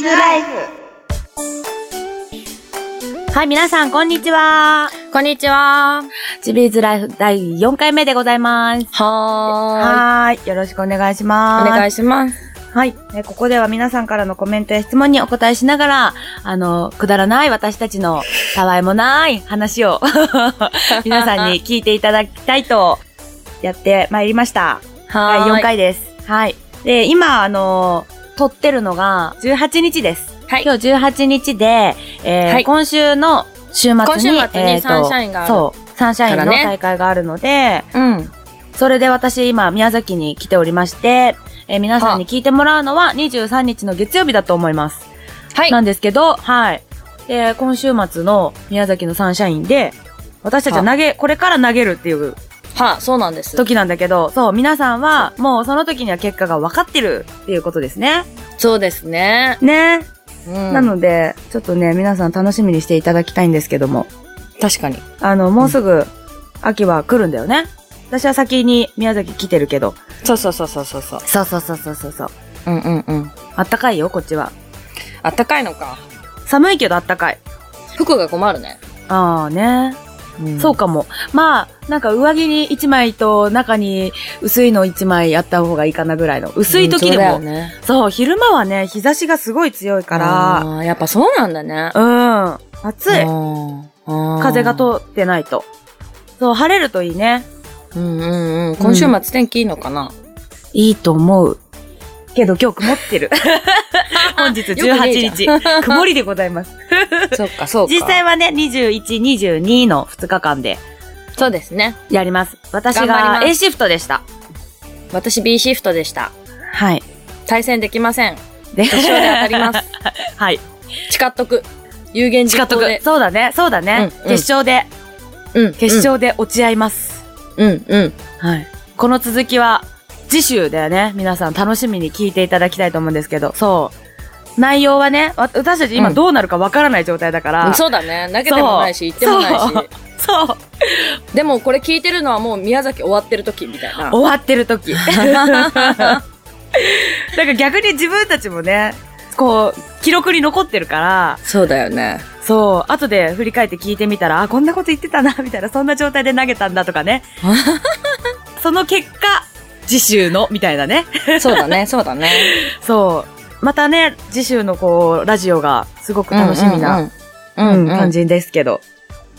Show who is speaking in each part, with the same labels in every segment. Speaker 1: ズライフ。
Speaker 2: はい、皆さん、こんにちは。
Speaker 3: こんにちは。
Speaker 2: チビーズライフ第4回目でございます。
Speaker 3: は
Speaker 2: はーい。よろしくお願いし
Speaker 3: ー
Speaker 2: ま
Speaker 3: い。
Speaker 2: す。
Speaker 3: お願
Speaker 2: い。
Speaker 3: いします。
Speaker 2: はい、ね。ここでは皆さんからのコメントや質問にお答えしながら、あの、くだらない私たちのたわいもない話 を皆さんに聞いていただきたいとやってまいりました。
Speaker 3: は
Speaker 2: 第
Speaker 3: ーい。
Speaker 2: 4回です。はい。で、今、あの、撮ってるのが18日です。
Speaker 3: はい
Speaker 2: 今日18日で、えー
Speaker 3: はい
Speaker 2: 今週の週末に、
Speaker 3: 今週末に
Speaker 2: えーと
Speaker 3: サンシャインがある
Speaker 2: そう、サンシャインの
Speaker 3: からね
Speaker 2: 大会があるので、
Speaker 3: うん。
Speaker 2: それで私今宮崎に来ておりまして、えー皆さんに聞いてもらうのは23日の月曜日だと思います。
Speaker 3: はい。
Speaker 2: なんですけど、はい。で、今週末の宮崎のサンシャインで、私たちは投げ、これから投げるっていう
Speaker 3: は、そうなんです。
Speaker 2: 時なんだけど、そう、皆さんはもうその時には結果が分かってるっていうことですね。
Speaker 3: そうですね。
Speaker 2: ね。
Speaker 3: うん。
Speaker 2: なので、ちょっとね、皆さん楽しみにしていただきたいんですけども。
Speaker 3: 確かに。
Speaker 2: あの、もうすぐ秋は来るんだよね。私は先に宮崎来てるけど。
Speaker 3: そうそうそうそうそうそう。
Speaker 2: そうそうそうそうそうそう。
Speaker 3: うんうんうん。
Speaker 2: あったかいよ、こっちは。
Speaker 3: あったかいのか。
Speaker 2: 寒いけどあったかい。
Speaker 3: 服が困るね。
Speaker 2: ああね。そうかも。まあ、なんか上着に1枚と中に薄いの1枚あった方がいいかなぐらいの。
Speaker 3: うん。
Speaker 2: 薄い時でも。
Speaker 3: うんそうだよね。
Speaker 2: そう、昼間はね、日差しがすごい強いか
Speaker 3: あー。やっぱそうなんだね。
Speaker 2: ら、うん。暑い。
Speaker 3: うん。
Speaker 2: 風
Speaker 3: 風
Speaker 2: が通ってないと。そう、晴れるといいね。
Speaker 3: うんうんうん。今週末天気いいのかな、
Speaker 2: いいと思う。けど今日曇って る。本日
Speaker 3: よくねえ
Speaker 2: 18
Speaker 3: じ
Speaker 2: 日。 曇りでございます。
Speaker 3: そうかそうか。
Speaker 2: 実際はね、21、22の2日間で
Speaker 3: そうですね。
Speaker 2: やります。私
Speaker 3: 頑張り
Speaker 2: が
Speaker 3: ます
Speaker 2: A シフトでした。
Speaker 3: 私 B シフトでした。
Speaker 2: はい。
Speaker 3: 対戦できません。
Speaker 2: で、
Speaker 3: 決勝で当たります。
Speaker 2: はい。
Speaker 3: 誓っとく。有言
Speaker 2: 近
Speaker 3: 実
Speaker 2: っと
Speaker 3: 行
Speaker 2: く
Speaker 3: で。。
Speaker 2: そうだね、そうだね。
Speaker 3: うんうん
Speaker 2: 決勝で、
Speaker 3: うん。
Speaker 2: 決勝で落ち合います。
Speaker 3: うんうん。
Speaker 2: はい。この続きは、次週だよね。皆さん楽しみに聞いていただきたいと思うんですけど、そう。内容はね、わ私たち今
Speaker 3: うん
Speaker 2: どうなるかわからない状態だから、
Speaker 3: そうだね。投げてもないし、言ってもない
Speaker 2: そう
Speaker 3: し。
Speaker 2: そう。
Speaker 3: でもこれ聞いてるのはもう宮崎終わってる時みたい な。
Speaker 2: 終わってる時。だから逆に自分たちもね、こう、記録に残ってるから、
Speaker 3: そうだよね。
Speaker 2: そう、後で振り返って聞いてみたら、あ、こんなこと言ってたな、みたいな、そんな状態で投げたんだとか ね。その結果、次週の、みたいなね。
Speaker 3: そうだね、そうだね。
Speaker 2: そう。またね、次週のこう、ラジオがすごく楽しみな、
Speaker 3: うんうんうん。
Speaker 2: うん
Speaker 3: うんうん
Speaker 2: 感じですけど。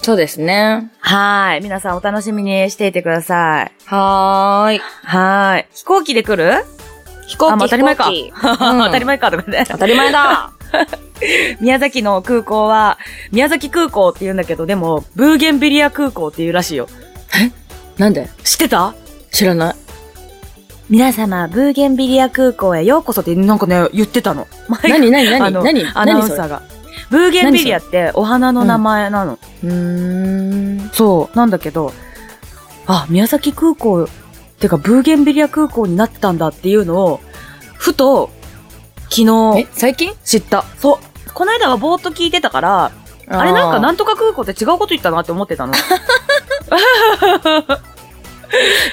Speaker 3: そうですね。
Speaker 2: はーい。皆さんお楽しみにしていてください。
Speaker 3: はーい。
Speaker 2: はーい。飛行機で来る
Speaker 3: 飛行
Speaker 2: あ
Speaker 3: 機。
Speaker 2: まあ当たり前か
Speaker 3: 飛行機うん
Speaker 2: 当たり前かとかね。
Speaker 3: 当たり前だ。
Speaker 2: 宮崎の空港は、宮崎空港って言うんだけど、でも、ブーゲンビリア空港っていうらしいよ。
Speaker 3: なんで
Speaker 2: 知ってた
Speaker 3: 知らない。
Speaker 2: 皆様、ブーゲンビリア空港へようこそって、なんかね、言ってたの。前
Speaker 3: 何何
Speaker 2: あ
Speaker 3: 何
Speaker 2: の
Speaker 3: 何
Speaker 2: アナウ
Speaker 3: 何
Speaker 2: ン
Speaker 3: そ
Speaker 2: サー
Speaker 3: れ
Speaker 2: が。ブーゲンビリアってお花の名前なの。
Speaker 3: うーん。
Speaker 2: そう、なんだけど、あ、宮崎空港、てかブーゲンビリア空港になってたんだっていうのを、ふと、昨
Speaker 3: え
Speaker 2: 日、
Speaker 3: 最近
Speaker 2: 知った。そう。この間はぼーっと聞いてたから、あれなんかなんとか空港って違うこと言ったなって思って たの。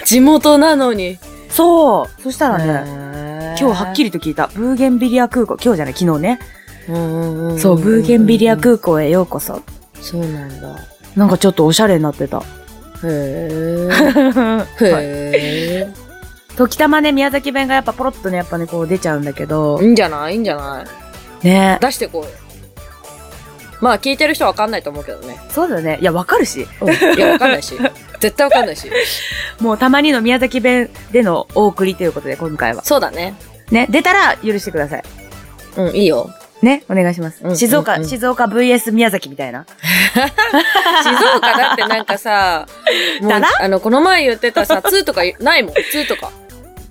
Speaker 3: 地元なのに。
Speaker 2: そう。そしたらね、
Speaker 3: 今
Speaker 2: 今日はっき
Speaker 3: り。
Speaker 2: りと聞いた。ブーゲンビリア空港、今日じゃない、昨日ね。
Speaker 3: そ
Speaker 2: そう、ブーゲンビリア空港へようこそ。
Speaker 3: そうなんだ。
Speaker 2: なんかちょっとおしゃれになって た。
Speaker 3: へえ。
Speaker 2: はい
Speaker 3: へ
Speaker 2: 時たまね、宮崎弁がやっぱポロッとね、やっぱね、こう出ちゃうんだけど
Speaker 3: え。い、いんじゃないいいんじゃない
Speaker 2: ね。
Speaker 3: 出してこうよ。まあ聞いてる人わかんないと思うけどね。
Speaker 2: そうだね。いや、わかるし。
Speaker 3: いや、わかんな いし。絶対わかんないし。
Speaker 2: もうたまにの宮崎弁でのお送りということで、今回は。
Speaker 3: そうだね。
Speaker 2: ね、出たら許してください。
Speaker 3: うん、いいよ。
Speaker 2: ね、お願いします。
Speaker 3: うん
Speaker 2: 静岡、
Speaker 3: うんうん
Speaker 2: 静岡 VS 宮崎みたいな。
Speaker 3: 静岡だってなん かさ、もう
Speaker 2: だな
Speaker 3: あの、この前言ってたさ、2とか ないもん。2とか。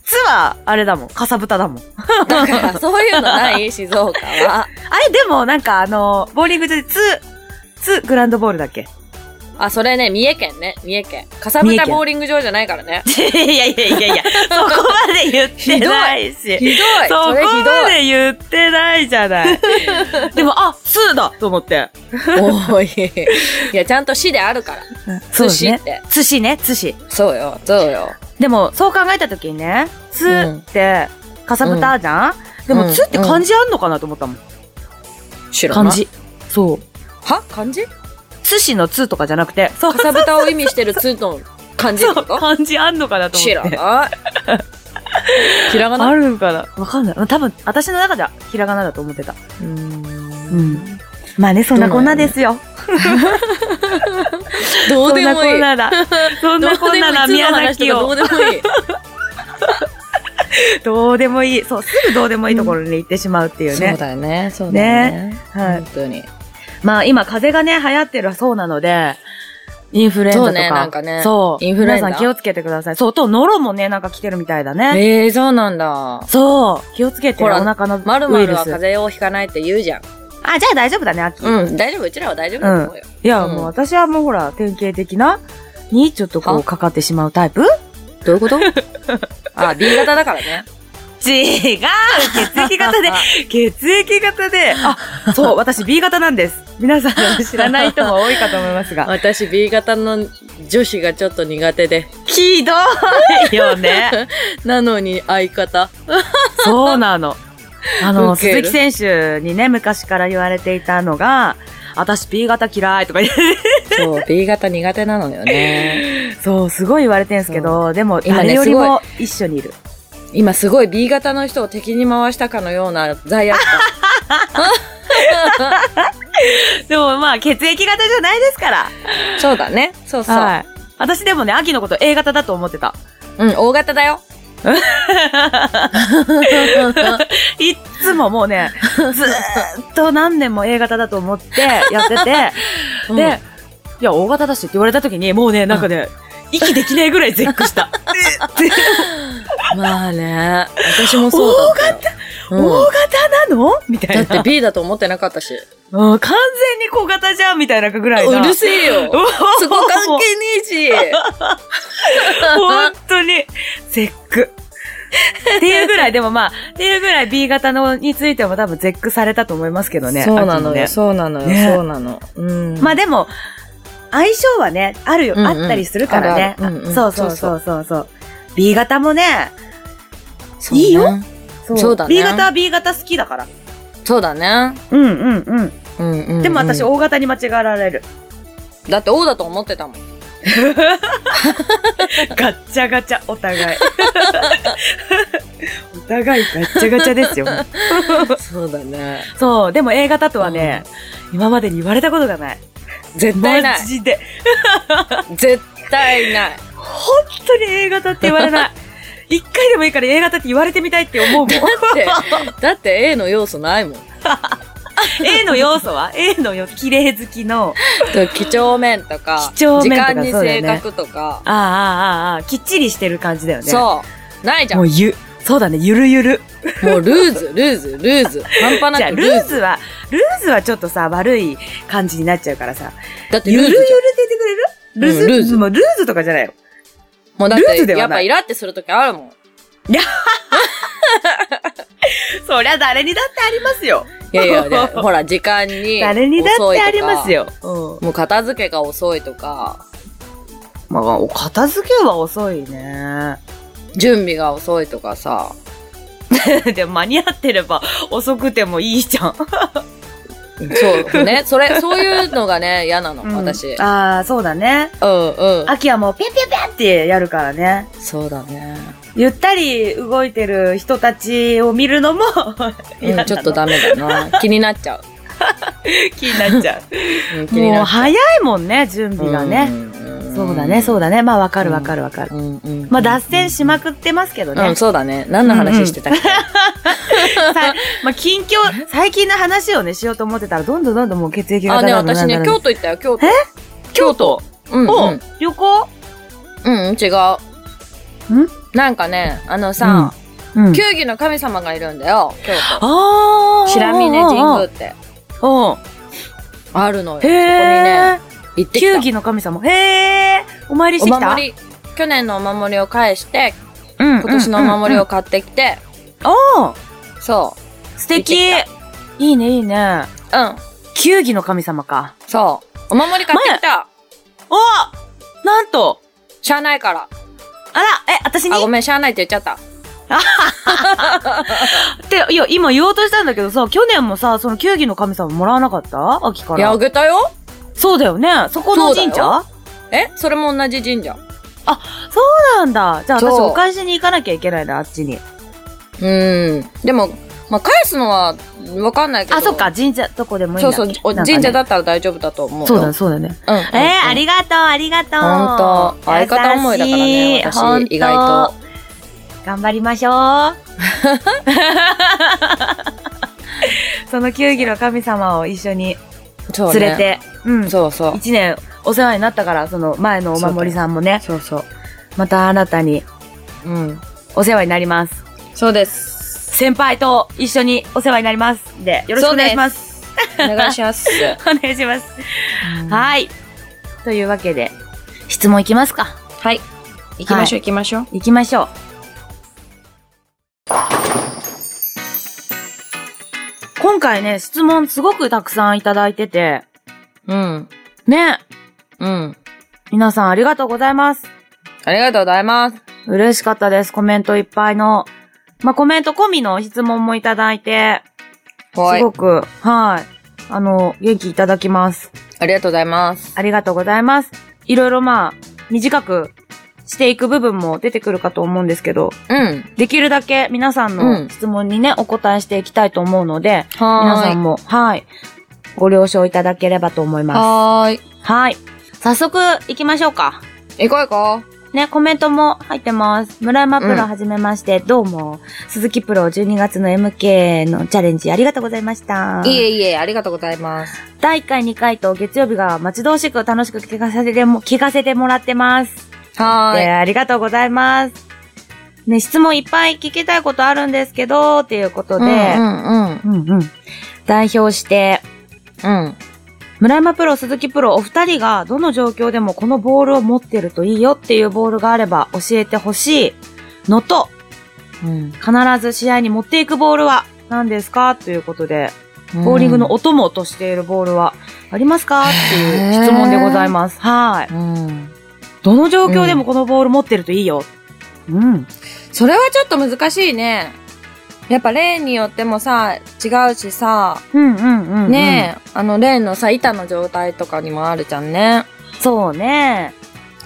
Speaker 2: つは、あれだもん。かさぶただもん。
Speaker 3: だから、そういうのない静岡は。
Speaker 2: あれ、でも、なんかあの、ボーリング場で、つ、つ、グランドボールだっけ
Speaker 3: あ、それね、三重県ね。三重県。かさぶたボーリング場じゃないからね。
Speaker 2: いやいやいやいや、そこまで言ってないし。
Speaker 3: ひどい。
Speaker 2: そこ
Speaker 3: それひ
Speaker 2: まで言ってないじゃない。でも、あ、つだと思って。
Speaker 3: どい。おい。いや、ちゃんと市であるから。
Speaker 2: そう
Speaker 3: 寿司
Speaker 2: ね
Speaker 3: っ。て。
Speaker 2: 寿司ね、寿司。
Speaker 3: そうよ、そうよ。
Speaker 2: でも、そう考えたときにね、つって、かさぶたじゃん、で
Speaker 3: う
Speaker 2: も、
Speaker 3: ん
Speaker 2: つって漢字あんのかなと思ったもん。
Speaker 3: 知らない。
Speaker 2: 漢。字。そう。
Speaker 3: は漢字
Speaker 2: 寿司の通とかじゃなくて、そう
Speaker 3: か、さぶたを意味してるツートン、漢字っ て
Speaker 2: そう
Speaker 3: こと
Speaker 2: 漢字あんのかなと思
Speaker 3: 知
Speaker 2: っ
Speaker 3: ら
Speaker 2: て。
Speaker 3: ない。ひらがな
Speaker 2: あるんかなわかんない。まあ多分、私の中じゃひらがなだと思ってた。
Speaker 3: う
Speaker 2: う
Speaker 3: ー
Speaker 2: んん。まあね、そんなこんな
Speaker 3: どうなんやろね
Speaker 2: ですよ。
Speaker 3: どうでもいい。
Speaker 2: そんなこんな だ。そんなこんなだ、
Speaker 3: どうでもいい
Speaker 2: 宮崎
Speaker 3: どう
Speaker 2: を。
Speaker 3: でも いい。
Speaker 2: どうでもいい。そう、すぐどうでもいいところに行ってしまうっていうね。
Speaker 3: だよね。そね。
Speaker 2: はい
Speaker 3: 本当に。
Speaker 2: まあ今風邪がね、流行ってるそうなので、インフルエンザとか。
Speaker 3: そうねなんかね
Speaker 2: そう。
Speaker 3: インフルエンザ
Speaker 2: 皆さん気をつけてください。そう、と、ノロもね、なんか来てるみたいだね。
Speaker 3: ええ、そうなんだ。
Speaker 2: そう。気をつけて、お
Speaker 3: ほら
Speaker 2: 腹のウイルス。
Speaker 3: まるまるは風邪をひかないって言うじゃん。
Speaker 2: あ、じゃあ大丈夫だね、秋。
Speaker 3: うん、大丈夫。うちらは大丈夫だと思うよ。
Speaker 2: いや、
Speaker 3: うん
Speaker 2: もう私はもうほら、典型的な、にちょっとこう
Speaker 3: は
Speaker 2: かかってしまうタイプ
Speaker 3: どういうこと あ、B 型だからね。
Speaker 2: 違う血液型で血液型であ、そう、私 B 型なんです。皆さん知らない人も多いかと思います が。
Speaker 3: 私 B 型の女子がちょっと苦手で。
Speaker 2: ひどいよね。
Speaker 3: なのに相方。
Speaker 2: そうなの。あの、
Speaker 3: ウケ
Speaker 2: 鈴
Speaker 3: る
Speaker 2: 木選手にね、昔から言われていたのが、私 B 型嫌いとか言って、
Speaker 3: そう、B 型苦手なのよね。
Speaker 2: そう、すごい言われてんすけど、でも、
Speaker 3: 今
Speaker 2: 誰
Speaker 3: ね
Speaker 2: よりも一緒にいる。
Speaker 3: 今すごい B 型の人を敵に回したかのような罪悪 感。
Speaker 2: でもまあ、血液型じゃないですから。
Speaker 3: そうだね。そうそう。
Speaker 2: はい。私でもね、秋のこと A 型だと思ってた。
Speaker 3: うん、大型だ よ。
Speaker 2: いっつももう ね、ずーっと何年も A 型だと思ってやって て、
Speaker 3: うん
Speaker 2: で、いや、大型だしって言われた時に、もうね、なんかね、息できないぐらい絶句 した。
Speaker 3: まあね。私もそうだったよ。
Speaker 2: 大型なのみたい
Speaker 3: うん
Speaker 2: な。
Speaker 3: だって B だと思ってなかったし。
Speaker 2: うん、完全に小型じゃんみたいなぐらいな。
Speaker 3: うる せえよ。 そこ関係ねえ し。
Speaker 2: 本当に、絶句。っていうぐらい、でもまあ、っていうぐらい B 型のについても多分絶句されたと思いますけどね。
Speaker 3: そうなの
Speaker 2: 秋
Speaker 3: よ、
Speaker 2: ね。
Speaker 3: そうなのよ、
Speaker 2: ね
Speaker 3: そうなの。うん。
Speaker 2: まあでも、相性はね、あるよ、
Speaker 3: うんうん
Speaker 2: あったりするからね。
Speaker 3: あるあるうんうん
Speaker 2: そうそうそうそうそう。B 型もね、
Speaker 3: そうね
Speaker 2: いいよ。
Speaker 3: そうだね
Speaker 2: B 型は B 型好きだから。
Speaker 3: そうだね。
Speaker 2: うんうんうん。
Speaker 3: うんうん、
Speaker 2: でも私、O 型に間違えられる。
Speaker 3: だって O だと思ってたもん。
Speaker 2: ガッチャガチャ、お互い。 お互いガッチャガチャですよ。
Speaker 3: そうだね。
Speaker 2: そう、でも A 型とはね、今までに言われたことがない。
Speaker 3: 絶対な
Speaker 2: マ
Speaker 3: い。
Speaker 2: ジで。
Speaker 3: 絶対ない。
Speaker 2: 本当に A 型って言われ ない。一回でもいいから A 型って言われてみたいって思うもん。
Speaker 3: だって、だって A の要素ないもん。
Speaker 2: A の要素は ?A のよ綺麗好きの、
Speaker 3: 几帳面とか、
Speaker 2: 几帳面とか
Speaker 3: 時間に
Speaker 2: そうだよ
Speaker 3: 正
Speaker 2: ね
Speaker 3: 確とか。
Speaker 2: ああああああ、きっちりしてる感じだよね。
Speaker 3: そう。ないじゃん。
Speaker 2: も
Speaker 3: も
Speaker 2: うゆ、そうだね、ゆるゆる。
Speaker 3: うルーズ、ルーズ、ルーズ。半端
Speaker 2: じゃ
Speaker 3: な
Speaker 2: あ、
Speaker 3: く
Speaker 2: ル
Speaker 3: ルー
Speaker 2: ー
Speaker 3: ズ。
Speaker 2: ズは、ルーズはちょっとさ、悪い感じになっちゃうからさ。
Speaker 3: だって
Speaker 2: ゆ
Speaker 3: ル
Speaker 2: る
Speaker 3: ー
Speaker 2: ゆ
Speaker 3: ズ
Speaker 2: る
Speaker 3: じ
Speaker 2: って
Speaker 3: ゃん。
Speaker 2: 言ってくれるルーズ、
Speaker 3: うんルーズ
Speaker 2: もうルーズとかじゃないよ。
Speaker 3: もうだっ
Speaker 2: ルーズ
Speaker 3: て、
Speaker 2: で
Speaker 3: や
Speaker 2: は
Speaker 3: っ
Speaker 2: な
Speaker 3: ぱ
Speaker 2: い
Speaker 3: イラってするときあるもん。
Speaker 2: そりゃ誰にだってありますよ。
Speaker 3: いや いや、でほら、時間に。
Speaker 2: 誰にだってあります
Speaker 3: よ
Speaker 2: よ。うん。
Speaker 3: もう片付けが遅いとか、
Speaker 2: まあ、お片付けは遅いね。
Speaker 3: 準備が遅いとかさ、
Speaker 2: でも間に合ってれば遅くてもいいじゃん。
Speaker 3: そ うね、それ、そういうのがね、嫌なの、私。
Speaker 2: うんああ、そうだね。
Speaker 3: うんうん。
Speaker 2: 秋はもうピュンピュンピュンってやるからね。
Speaker 3: そうだね。
Speaker 2: ゆったり動いてる人たちを見るのも
Speaker 3: う
Speaker 2: 嫌
Speaker 3: ん
Speaker 2: なの、
Speaker 3: ちょっとダメだな。気になっちゃう。
Speaker 2: 気になっちゃう。
Speaker 3: うん、気に
Speaker 2: もう
Speaker 3: なっちゃ
Speaker 2: 早いもんね、準
Speaker 3: う。
Speaker 2: 備がね。
Speaker 3: ん
Speaker 2: そうだね、そううだね。まあわかるわかるわかる。
Speaker 3: ん。うんうん。
Speaker 2: まあ脱線しまくってますけどね。
Speaker 3: うん、そうだね。何の話してたっけ、
Speaker 2: さまあ、近況、最近の話をね、しようと思ってたら、どんどんどんどんもう血液
Speaker 3: あ、
Speaker 2: 型
Speaker 3: ね、
Speaker 2: なの
Speaker 3: 私ね、
Speaker 2: なんだ
Speaker 3: 京都行ったよ、京都。
Speaker 2: 京都
Speaker 3: うん、うん。
Speaker 2: お、旅行
Speaker 3: うん、うん、違う。
Speaker 2: ん
Speaker 3: なんかね、あのさ、
Speaker 2: うん。
Speaker 3: 球技の神様がいるんだよ、京都。
Speaker 2: あー
Speaker 3: 白峰神宮って。
Speaker 2: うん。
Speaker 3: あるのよ。そこにね、
Speaker 2: へえ。
Speaker 3: 行ってきた。
Speaker 2: 球技の神様。へえ。お参りしてき
Speaker 3: お
Speaker 2: た
Speaker 3: 守り、去年のお守りを返して、
Speaker 2: 今
Speaker 3: 今年のお守りを。買ってきて、
Speaker 2: おー
Speaker 3: そ
Speaker 2: 素敵
Speaker 3: 行っ
Speaker 2: いいね、いいね。
Speaker 3: う。うん。
Speaker 2: 球技の神様か。
Speaker 3: そう。お守り買ってきた。
Speaker 2: おなんと
Speaker 3: しゃあないから。
Speaker 2: あらえ、私に
Speaker 3: あ、ごめん、しゃあないって言っちゃった。
Speaker 2: って、いや、今言おうとしたんだけどさ、去年もさ、その球技の神様もらわなかった秋か
Speaker 3: いや、
Speaker 2: ら
Speaker 3: あ。げたよ
Speaker 2: そうだよね。そこの神
Speaker 3: そうだ
Speaker 2: 社
Speaker 3: えそれも同じ神社。
Speaker 2: そうなんだ。じゃあ私
Speaker 3: そう
Speaker 2: お返しに行かなきゃいけないな、あっちに。
Speaker 3: うん。でも、まあ、返すのは、わかんないけど。
Speaker 2: あ、そっか、。神社、どこでもいいん
Speaker 3: そう
Speaker 2: だ
Speaker 3: そう、お
Speaker 2: なんかね
Speaker 3: 神社だったら大丈夫だと思うよ。
Speaker 2: そうだね、そうだね。
Speaker 3: うん。うん。
Speaker 2: えー、ありがとう、ありがとう。
Speaker 3: ほんと相方思いだからね
Speaker 2: 優しい
Speaker 3: 私
Speaker 2: ほん
Speaker 3: 意外と。
Speaker 2: 頑張りましょう。その球技の神様を一緒に
Speaker 3: そうね
Speaker 2: 連れ。て、うん。
Speaker 3: そうそう。
Speaker 2: 一年お世話になったから、その前のお守りさんもね、
Speaker 3: そうそう。
Speaker 2: また新たに
Speaker 3: うん。
Speaker 2: お世話になります。
Speaker 3: そうです。
Speaker 2: 先輩と一緒にお世話になります。で、よろしくお願いします。
Speaker 3: お願いし ます。
Speaker 2: お願いします。はい。というわけで、質問いきますか。
Speaker 3: はい。行きましょう、行きましょう。
Speaker 2: 行きましょう。今回ね、質問すごくたくさんいただいてて、
Speaker 3: うん。
Speaker 2: ね、
Speaker 3: うん。
Speaker 2: 皆さんありがとうございます。
Speaker 3: ありがとうございます。
Speaker 2: 嬉しかったです。コメントいっぱいの。まあ、コメント込みの質問もいただいて、
Speaker 3: は
Speaker 2: す
Speaker 3: い。
Speaker 2: ごく、はい。あの、元気いただきます。
Speaker 3: ありがとうございます。
Speaker 2: ありがとうございます。いろいろまあ、短くしていく部分も出てくるかと思うんですけど、
Speaker 3: うん。
Speaker 2: できるだけ皆さん
Speaker 3: う
Speaker 2: の
Speaker 3: ん
Speaker 2: 質問にね、お答えしていきたいと思うので、皆
Speaker 3: は
Speaker 2: さ
Speaker 3: ーい。
Speaker 2: んも、はい、ご了承いただければと思いま
Speaker 3: はーい。
Speaker 2: す。はい。早速、行きましょうか。
Speaker 3: 行こう行こ
Speaker 2: ね、コメントも入ってます。村山プ
Speaker 3: うん
Speaker 2: ロはじめまして、どうも。鈴木プロ12月の MK のチャレンジありがとうございました。
Speaker 3: う。いえいえ、ありがとうございます。
Speaker 2: 第1回、2回と月曜日が待ち遠しく楽しく聞かせても、聞かせてもらってます。
Speaker 3: は
Speaker 2: え
Speaker 3: ーい。
Speaker 2: ーありがとうございます。ね、質問いっぱい聞きたいことあるんですけど、っていうことで、
Speaker 3: うんうん
Speaker 2: うんうん。代表して、
Speaker 3: うん。うん。
Speaker 2: 村山プロ、鈴木プロ、お二人がどの状況でもこのボールを持ってるといいよっていうボールがあれば教えてほしいのと、
Speaker 3: うん。
Speaker 2: 必ず試合に持っていくボールは何ですかということで、ボーリングのお供としているボールはありますかっていう質問でございます。はい。
Speaker 3: うん。
Speaker 2: どの状況でもこのボール持ってるといいよ。うん。
Speaker 3: それはちょっと難しいね。やっぱレーンによってもさ、違うしさ、
Speaker 2: うんうんうん、うん。
Speaker 3: ねえ、あのレーンのさ、板の状態とかにもあるじゃんね。
Speaker 2: そうね。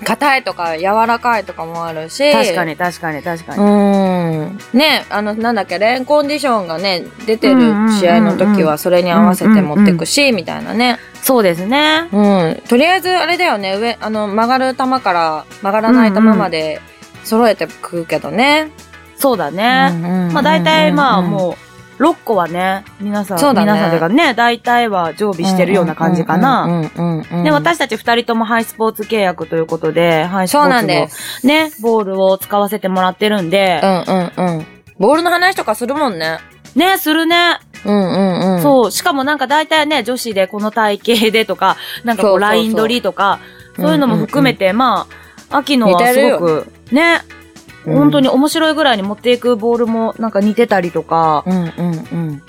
Speaker 3: 硬いとか柔らかいとかもあるし。
Speaker 2: 確か。に確かに確か
Speaker 3: う
Speaker 2: に。
Speaker 3: ん。ねえ、あの、なんだっけ、レーンコンディションがね、出て
Speaker 2: うんうんうんう
Speaker 3: る
Speaker 2: ん
Speaker 3: 試合の時はそれに合わせて持ってくし、みたいなね。
Speaker 2: そうですね。
Speaker 3: うん。とりあえず、あれだよね、上、あの、曲がる球から曲がらない球まで揃えてくけどね。
Speaker 2: そうだね。
Speaker 3: ま
Speaker 2: まあ大体まあ
Speaker 3: う
Speaker 2: もう6個はね、皆さん、
Speaker 3: そうだね
Speaker 2: 皆さんというかね、大体は常備してるような感じかな。
Speaker 3: うんうんうんうんうん
Speaker 2: で、私たち2人ともハイスポーツ契約ということで、ハイスポ
Speaker 3: そう
Speaker 2: ー
Speaker 3: な
Speaker 2: ツ
Speaker 3: ん
Speaker 2: の
Speaker 3: です。
Speaker 2: ね、ボールを使わせてもらってるんで
Speaker 3: う、んうんうん。ボールの話とかするもんね。
Speaker 2: ね、するね。
Speaker 3: うんうんうん。
Speaker 2: そう、しかもなんか大体ね、女子でこの体型でとか、なんかこ
Speaker 3: そううそうそう
Speaker 2: ライン取りとか、そういうのも含めて、まあ、秋のは
Speaker 3: 似
Speaker 2: す
Speaker 3: てる
Speaker 2: ご
Speaker 3: よ
Speaker 2: く、ね、
Speaker 3: うん
Speaker 2: 本当に面白いぐらいに持っていくボールもなんか似てたりとか、
Speaker 3: うんうんうん。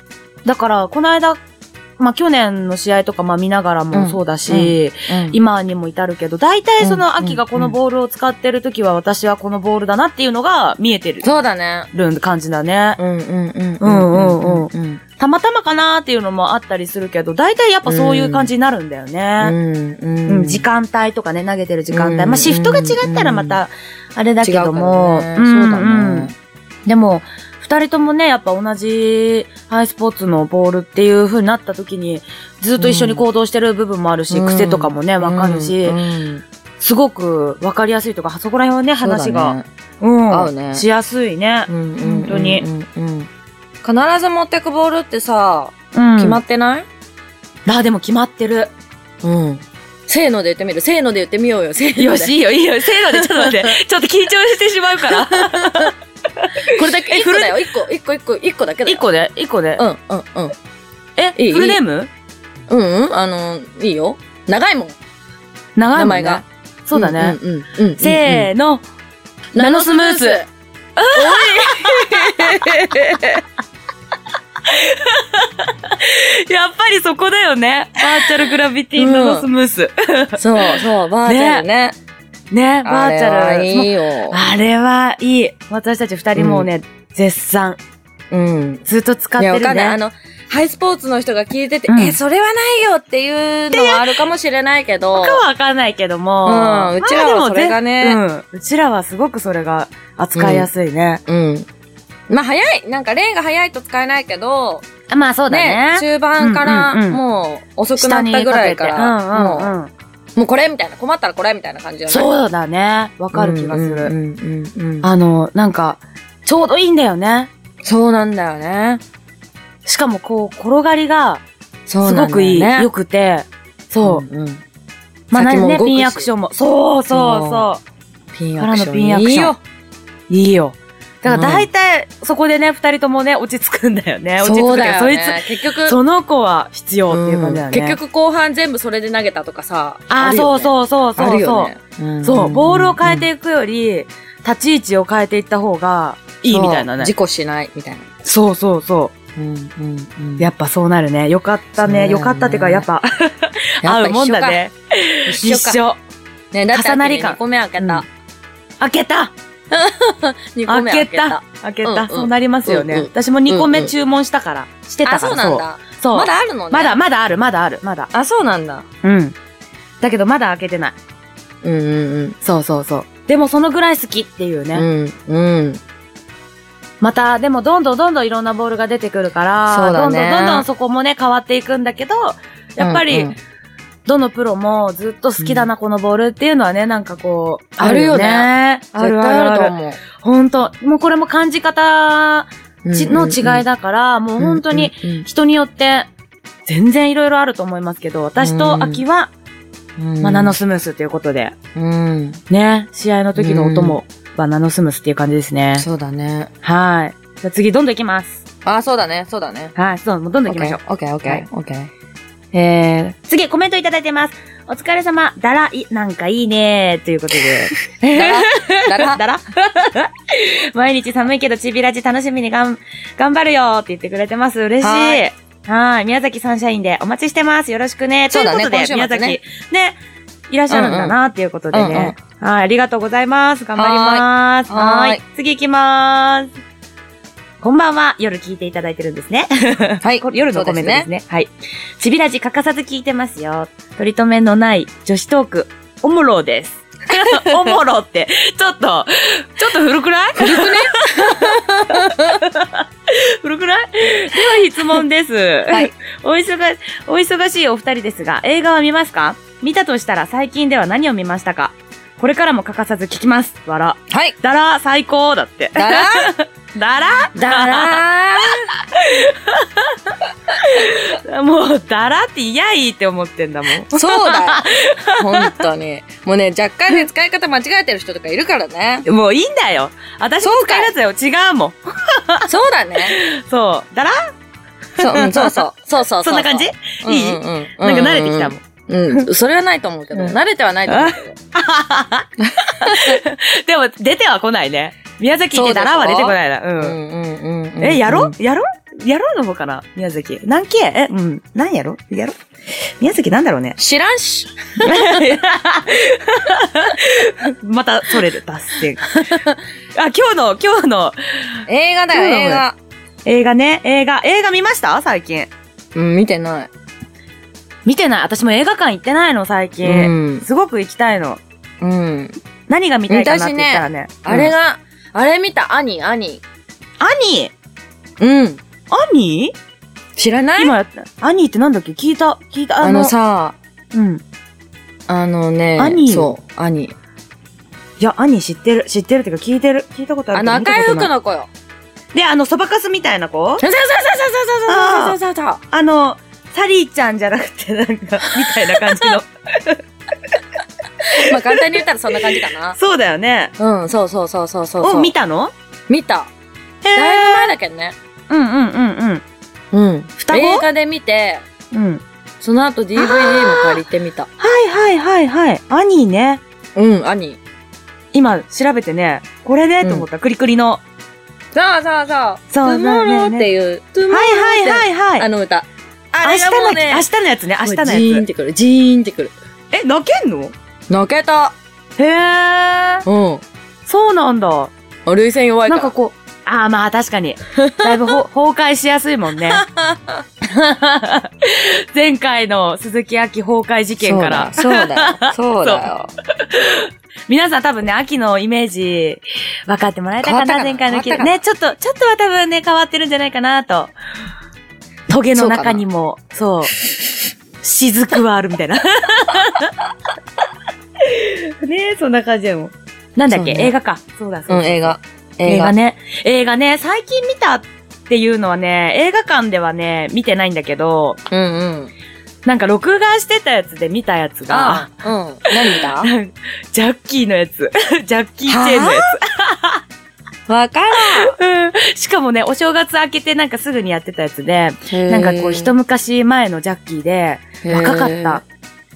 Speaker 2: だから、この間、まあ、去年の試合とか、まあ、見ながらもそうだし、今
Speaker 3: 今、
Speaker 2: にも至るけど、大体その秋がこのボールを使ってる時は、私はこのボールだなっていうのが見えてる
Speaker 3: そうだね。
Speaker 2: 感じだね。
Speaker 3: うんうんうん
Speaker 2: うんうんうん
Speaker 3: うん。
Speaker 2: たまたまかなーっていうのもあったりするけど、大体やっぱそういう感じになるんだよね。
Speaker 3: うん
Speaker 2: うん、時間帯とかね、投げてる時間帯。
Speaker 3: うん
Speaker 2: まあ、シフトが違ったらまた、あれだけ
Speaker 3: 違うから
Speaker 2: ども、
Speaker 3: ね
Speaker 2: ん
Speaker 3: そう
Speaker 2: う
Speaker 3: だ
Speaker 2: ん
Speaker 3: ね。
Speaker 2: でも、二人ともね、やっぱ同じハイスポーツのボールっていう風になった時に、ずっと一緒に行動してる部分もあるし、
Speaker 3: うん
Speaker 2: 癖とかもね、わかるし、
Speaker 3: うんうん
Speaker 2: すごくわかりやすいとか、そこら辺はね、話
Speaker 3: そう
Speaker 2: が、
Speaker 3: だね
Speaker 2: う、
Speaker 3: 合うんね
Speaker 2: しやすいね。
Speaker 3: うんうん
Speaker 2: 本当に
Speaker 3: うんうんうん必ず持ってくボールってさ、
Speaker 2: うん。
Speaker 3: 決まってない
Speaker 2: あ、でも決まってる。
Speaker 3: うん。せーので言ってみる。せーので言ってみようよ。せーので。
Speaker 2: よし、いいよ、いいよ。せーので、ちょっと待 って。ちょっと緊張してしまうから。
Speaker 3: これだけ、
Speaker 2: え
Speaker 3: 一個だよ。一個、一個、一個、一個だけだよ。
Speaker 2: 一。個で一個で
Speaker 3: う。ん、うん、うん。
Speaker 2: え、
Speaker 3: いい
Speaker 2: フルネーム
Speaker 3: うん、うん、あの、いいよ。長いもん。
Speaker 2: 長いもんね
Speaker 3: 名前が。
Speaker 2: そうだね。
Speaker 3: うん。うんうんうん。
Speaker 2: せーの。
Speaker 3: うん
Speaker 2: ナノスムース。やっぱりそこだよね。バーチャルグラビティ
Speaker 3: うん
Speaker 2: ナノスムース。
Speaker 3: そう、そう、バーチャルね。
Speaker 2: ね、バーチャル。
Speaker 3: いいよ。
Speaker 2: あれはいい。私たち二人もうね、絶賛。
Speaker 3: うん。
Speaker 2: ずっと使っ
Speaker 3: い
Speaker 2: て
Speaker 3: や、わか
Speaker 2: る
Speaker 3: んない。あ
Speaker 2: ね。
Speaker 3: の、ハイスポーツの人が聞いてて、
Speaker 2: うん
Speaker 3: え、それはないよっていうのはあるかもしれないけど、
Speaker 2: 他はわかんないけども。
Speaker 3: うんうちらは
Speaker 2: まあでも
Speaker 3: それがね
Speaker 2: ぜうん。うちらはすごくそれが扱いやすいね。
Speaker 3: うん。まあ、早い。なんか、例が早いと使えないけど、
Speaker 2: まあそうだね。
Speaker 3: 中盤か
Speaker 2: うんうんう
Speaker 3: ら、
Speaker 2: ん
Speaker 3: もう、遅くなったぐらいから、
Speaker 2: うん
Speaker 3: も
Speaker 2: うんうん。
Speaker 3: う、もうこれみたいな、困ったらこれみたいな感じよね。
Speaker 2: そうだね。わ
Speaker 3: わ
Speaker 2: かる気がする。
Speaker 3: うんうんうんうん。
Speaker 2: あの、なんか、ちょうどいいんだよね。
Speaker 3: そうなんだよね。
Speaker 2: しかもこう、転がりが、
Speaker 3: そう
Speaker 2: すご
Speaker 3: なんだよね。
Speaker 2: くいい。良くて。そう。
Speaker 3: うんうん。
Speaker 2: まあ、
Speaker 3: 先も
Speaker 2: ね、
Speaker 3: 動くし
Speaker 2: ピンアクションも。そうそうそ
Speaker 3: ピン
Speaker 2: から
Speaker 3: アクシ
Speaker 2: の
Speaker 3: ョン。
Speaker 2: ピンアクション
Speaker 3: いいよ。
Speaker 2: う。いいよ。だから大体、そこでね、二人ともね、落ち着くんだよね。落ち着
Speaker 3: そう
Speaker 2: く
Speaker 3: だ
Speaker 2: けど、そ
Speaker 3: よ
Speaker 2: い
Speaker 3: ね
Speaker 2: つ、。
Speaker 3: 結局、
Speaker 2: その子は必要っていう感じだ
Speaker 3: う
Speaker 2: よ
Speaker 3: ん
Speaker 2: ね。
Speaker 3: 結。局後半全部それで投げたとかさ。
Speaker 2: ああ、
Speaker 3: る
Speaker 2: そ
Speaker 3: よ
Speaker 2: う
Speaker 3: ね
Speaker 2: そうそう
Speaker 3: あ
Speaker 2: そ
Speaker 3: る
Speaker 2: うそ
Speaker 3: よ
Speaker 2: う、
Speaker 3: ね。
Speaker 2: そう、ボールを変え
Speaker 3: い
Speaker 2: ていくより、立ち位置を変えていった方がいいみたいなね。
Speaker 3: 事故しないみたいな。
Speaker 2: そうそうそう。
Speaker 3: うんうん
Speaker 2: やっぱそうなるね。よかった
Speaker 3: そうだ
Speaker 2: ね。
Speaker 3: よね
Speaker 2: よかったっていうか、やっぱ、合うもんだ。ね。
Speaker 3: 一
Speaker 2: 一
Speaker 3: 緒か。
Speaker 2: 緒。
Speaker 3: ね、だって
Speaker 2: 重なり感
Speaker 3: 2個目開け
Speaker 2: うん
Speaker 3: た。
Speaker 2: 開けた
Speaker 3: 2個目
Speaker 2: 開け
Speaker 3: 開け
Speaker 2: た
Speaker 3: た。
Speaker 2: 開け
Speaker 3: うんう
Speaker 2: た。
Speaker 3: ん
Speaker 2: そうなりますよね。
Speaker 3: うんうん
Speaker 2: 私も2個目注文したから。してた
Speaker 3: あ、
Speaker 2: から。
Speaker 3: そうなんだ。
Speaker 2: そう。
Speaker 3: まだあるのね。
Speaker 2: まだ、。まだある、まだある、まだ。
Speaker 3: あ、そうなんだ。
Speaker 2: うん。だけどまだ開けてない。
Speaker 3: うんうん
Speaker 2: そうそうそう。でもそのぐらい好きっていうね。
Speaker 3: うん。うんうん。
Speaker 2: また、でもどんどんどんどんいろんなボールが出てくるから、
Speaker 3: そうだね
Speaker 2: どんどんどんどんそこもね、変わっていくんだけど、やっぱり、
Speaker 3: うんうん
Speaker 2: どのプロもずっと好きだな、このボールっていうのはね、なんかこう、
Speaker 3: あるよね
Speaker 2: あ
Speaker 3: 絶
Speaker 2: る
Speaker 3: 対
Speaker 2: あ
Speaker 3: ある
Speaker 2: る
Speaker 3: と
Speaker 2: ある。
Speaker 3: 思う。
Speaker 2: ほんと。もうこれも感じ方ちの違い
Speaker 3: だ。
Speaker 2: だから、もう本当に
Speaker 3: うんうん
Speaker 2: 人によって全然いろいろあると思いますけど、私と秋は、
Speaker 3: うん、うん
Speaker 2: まあ、ナノ、スムースということで、
Speaker 3: うん。
Speaker 2: ね、試合の時のお供はナノスムースっていう感じですね。
Speaker 3: そうだね。
Speaker 2: はい。じゃあ次、どんどん行きます。
Speaker 3: あ、そうだね、そうだね。
Speaker 2: はい、そう、もうどんどん行きましょう。
Speaker 3: オッケー、オッケ
Speaker 2: はい
Speaker 3: ー、オッケー。
Speaker 2: えー、次、コメントいただいてます。お疲れ様、だらい、なんかいいねー、ということで。
Speaker 3: だら、だら、
Speaker 2: だら毎日寒いけど、ちびらち楽しみにがん、頑張るよーって言ってくれてます。嬉しい。
Speaker 3: は
Speaker 2: は
Speaker 3: ー
Speaker 2: ーい。宮崎サンシャインでお待ちしてます。よろしくね。
Speaker 3: そうだね
Speaker 2: ということで、
Speaker 3: 今
Speaker 2: 宮
Speaker 3: 週末
Speaker 2: 崎
Speaker 3: ね。
Speaker 2: ね、いらっしゃるんだなっていうことで
Speaker 3: うんうん
Speaker 2: ね。はい。ありがとうございます。頑張ります。
Speaker 3: はーい
Speaker 2: はーい。
Speaker 3: はーい
Speaker 2: 次行きまーす。こんばんは。夜聞いていただいてるんですね。
Speaker 3: はい
Speaker 2: こ夜のコメントですね。はい。ちびらじ欠かさず聞いてますよ。取り留めのない女子トーク、おもろです。 おもろって、ちょっと、ちょっと古くない古くね 古くないでは質問です。
Speaker 3: い
Speaker 2: お忙し、お忙しいお二人ですが、映画は見ますか見たとしたら最近では何を見ましたかこれからも欠かさず聞きます。わら。
Speaker 3: はい。
Speaker 2: だら、最高だって。
Speaker 3: だら、
Speaker 2: だら
Speaker 3: だら
Speaker 2: もう、だらって嫌いって思ってんだもん。
Speaker 3: そうだよ。本当に。もうね、若干ね、使い方間違えてる人とかいるからね。
Speaker 2: もういいんだよ。私も使えるやつだよ。違うもん。
Speaker 3: そうだね。
Speaker 2: そう。だら
Speaker 3: そう、うん、そうそう。そうそうう。
Speaker 2: そんな感じいい
Speaker 3: うんうんう
Speaker 2: なんか慣れてきたもん。。
Speaker 3: うん、それはないと思うけど、
Speaker 2: うん
Speaker 3: 慣れてはないと思うけど。
Speaker 2: でも、出ては来ないね。宮崎ってだらは出てこないな。
Speaker 3: う
Speaker 2: うん。
Speaker 3: んうんうんうん。。
Speaker 2: え、やろやろやろの方かな宮崎。何系え、うん。何やろやろ宮崎なんだろうね
Speaker 3: 知らんし。
Speaker 2: また、それで脱 線。あ、今日の、今日の
Speaker 3: 映画だよ、
Speaker 2: そうなのよ
Speaker 3: 映画。
Speaker 2: 映画ね。映画、映画見ました最近。
Speaker 3: うん、見てない。
Speaker 2: 見てない。私も映画館行ってないの、最
Speaker 3: う
Speaker 2: 近。
Speaker 3: ん。
Speaker 2: すごく行きたいの。
Speaker 3: うん。
Speaker 2: 何が見たいかなって言ったらね。
Speaker 3: あれが、あれ見た、兄、兄。
Speaker 2: 兄
Speaker 3: うん。
Speaker 2: 兄
Speaker 3: 知らない
Speaker 2: 今やった。兄ってなんだっけ聞いた、聞いた。
Speaker 3: あの、さ、
Speaker 2: うん。い
Speaker 3: あのね、
Speaker 2: 兄
Speaker 3: そう、兄。
Speaker 2: や、兄知ってる。知ってるっていうか、聞いてる。聞いたことある
Speaker 3: あ
Speaker 2: けど
Speaker 3: の赤い
Speaker 2: 見たこと
Speaker 3: 服
Speaker 2: ない
Speaker 3: の子よ。
Speaker 2: で、あの、そばかすみたいな子
Speaker 3: そうそうそうそうそうそうそうそうそう
Speaker 2: あの、サリーちゃんじゃなくて、 なんか、みたいな感じの。
Speaker 3: まあ簡単に言ったらそんな感じかな。
Speaker 2: そうだよね。
Speaker 3: うん、そうそうそうそうそうそう。
Speaker 2: を見たの
Speaker 3: 見た。
Speaker 2: へ
Speaker 3: だいぶ前
Speaker 2: え。
Speaker 3: だけどね。
Speaker 2: うんうんうんうん。
Speaker 3: うん。
Speaker 2: 双子
Speaker 3: 映画で見て、
Speaker 2: うん。
Speaker 3: その後 DVD も借りてみた。
Speaker 2: はいはいはいはい。兄ね。
Speaker 3: うん、兄。
Speaker 2: 今、調べてね、これね、と思った。クリクリの。
Speaker 3: さあさあさあ、
Speaker 2: そうそう
Speaker 3: トゥモローっていう、トゥモ
Speaker 2: は
Speaker 3: ロ
Speaker 2: い
Speaker 3: ーって、
Speaker 2: はいはいは
Speaker 3: あ
Speaker 2: い。
Speaker 3: の歌。あ
Speaker 2: 明
Speaker 3: れ
Speaker 2: 日
Speaker 3: がもう
Speaker 2: の、
Speaker 3: ね
Speaker 2: 明、日のやつね、明日
Speaker 3: ジ
Speaker 2: の
Speaker 3: ーン
Speaker 2: や
Speaker 3: ってくる、ジーンってくる。
Speaker 2: つ。え、泣けんの
Speaker 3: 泣けた。
Speaker 2: へえ。
Speaker 3: うん。
Speaker 2: そうなんだ。
Speaker 3: あ涙腺弱いか
Speaker 2: なん
Speaker 3: ら。
Speaker 2: かこう、ああまあ確かに。だいぶ ほ崩壊しやすいもんね。前回の鈴木秋崩壊事件から。
Speaker 3: そうだよ。そうだよ。
Speaker 2: 皆さん多分ね、秋のイメージ分かってもらえたかな
Speaker 3: 変わったかな
Speaker 2: 前回の記
Speaker 3: 変わったかな
Speaker 2: ね、ちょっと、ちょっとは多分ね、変わってるんじゃないかなと。トゲの中にも、そう雫はあるみたいな。 ねそんな感じでもん。なんだっけ、
Speaker 3: そうね、
Speaker 2: 映画か。そうだ、そううんだ
Speaker 3: 映画。
Speaker 2: 映画。ね。映画ね、最近見たっていうのはね、映画館ではね、見てないんだけど、
Speaker 3: うんうん。
Speaker 2: なんか録画してたやつで見たやつが、
Speaker 3: あ、うん。何だ
Speaker 2: ジャッキーのやつ。 ジャッキーチェーンのや
Speaker 3: わか
Speaker 2: つ。うんしかもね、お正月明けてなんかすぐにやってたやつで、
Speaker 3: る
Speaker 2: なんかこう一昔前のジャッキーで、若かっ。
Speaker 3: へ
Speaker 2: た
Speaker 3: ー。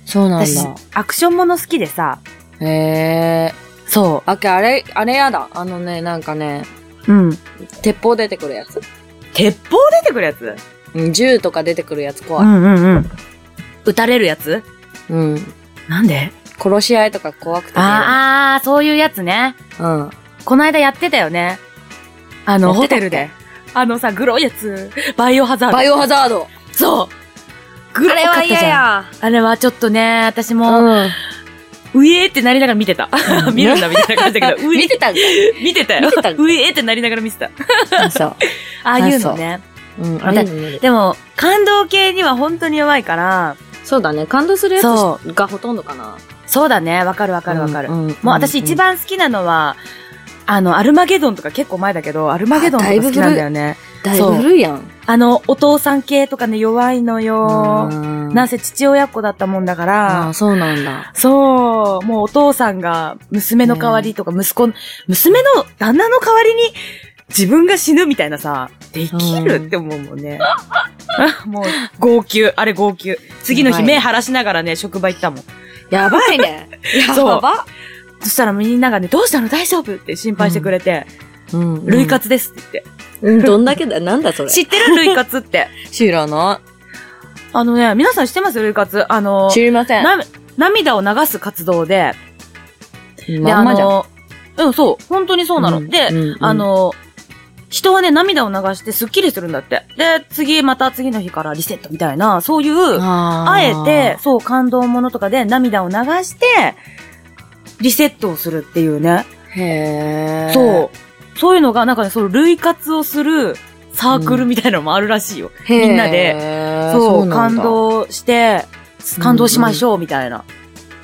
Speaker 3: そうなん
Speaker 2: 私
Speaker 3: だ。、
Speaker 2: アクションもの好きでさ、
Speaker 3: へえ。
Speaker 2: そ
Speaker 3: あけ、あれ、あれやだ。あのね、なんかね、
Speaker 2: う。うん。
Speaker 3: 鉄砲出てくるやつ。
Speaker 2: 鉄砲出てくるやつ
Speaker 3: うん銃とか出てくるやつ
Speaker 2: う
Speaker 3: 怖い。
Speaker 2: んうんうん。撃たれるやつ
Speaker 3: うん。
Speaker 2: なんで
Speaker 3: 殺し合いとか怖くて。
Speaker 2: あーあー、そういうやつね。
Speaker 3: あ。うん。
Speaker 2: この間やってたよね。あの、
Speaker 3: やっ
Speaker 2: ホ
Speaker 3: てた
Speaker 2: テ
Speaker 3: っけ
Speaker 2: ルで。あのさ、グロいやつ。バイオハザード。
Speaker 3: バイオハザード。
Speaker 2: そう。グロかったじゃん。
Speaker 3: や。
Speaker 2: あれはちょっとね、私も、う
Speaker 3: うん。
Speaker 2: えーってなりながら見てた。 見るんだみたいな感じだけ ど、うえ
Speaker 3: 見てたん
Speaker 2: 見てたよ。
Speaker 3: 見てた
Speaker 2: うえーってなりながら見てた。
Speaker 3: だ。そう。
Speaker 2: ああいうのね。
Speaker 3: うん。
Speaker 2: あ
Speaker 3: あ
Speaker 2: れ
Speaker 3: れ
Speaker 2: でも、感動系には本当に弱いから、
Speaker 3: そうだね。感動するや
Speaker 2: そ
Speaker 3: つがほとんどかな。わ
Speaker 2: そうだね、わかるわかるわかる。も
Speaker 3: もう
Speaker 2: う私一番好きなのは、あの、アルマゲドンとか結構前だけど、アルマゲドンとか好きなんだよね。
Speaker 3: だいぶ古いやん。
Speaker 2: あの、お父さん系とかね、弱いのよ。なん
Speaker 3: せ
Speaker 2: せ父親っ子だったもんだか
Speaker 3: あ
Speaker 2: ら
Speaker 3: あ、、そうなんだ。
Speaker 2: そう、もうお父さんが娘の代わりとか息子、娘の旦那の代わりに自分が死ぬみたいなさ、できるって思うもんね。もう、号泣。あれ号泣。次の日
Speaker 3: やばい
Speaker 2: 目晴らしながらね、職場行ったもん。
Speaker 3: やばいね。
Speaker 2: そう
Speaker 3: やば。
Speaker 2: そしたらみんながね、どうしたの大丈夫って心配してくれて、
Speaker 3: うん
Speaker 2: 類。活ですって言って。
Speaker 3: うんどんだけだ、なんだそれ。
Speaker 2: 知ってる類活って。
Speaker 3: 知らな
Speaker 2: あのね、皆さん知ってます類活。あの
Speaker 3: い。、知りません。
Speaker 2: な涙を流す活動で、で
Speaker 3: まんまじゃ
Speaker 2: あ
Speaker 3: ん。
Speaker 2: のうん、そう。本当にそうなの。
Speaker 3: ん
Speaker 2: で、、
Speaker 3: うん
Speaker 2: あ、の、人はね、涙を流してスッキリするんだって。で、次、また次の日からリセットみたいな、そういう、あ
Speaker 3: あ
Speaker 2: え
Speaker 3: ー
Speaker 2: て、、そう、感動ものとかで涙を流して、リセットをするっていうね。
Speaker 3: へー
Speaker 2: そう。そういうのが、なんかね、その、類活をするサークルみたいなのもあるらしいよ。
Speaker 3: へー
Speaker 2: みんなで、そう感。動して、感動しましょうみたいな。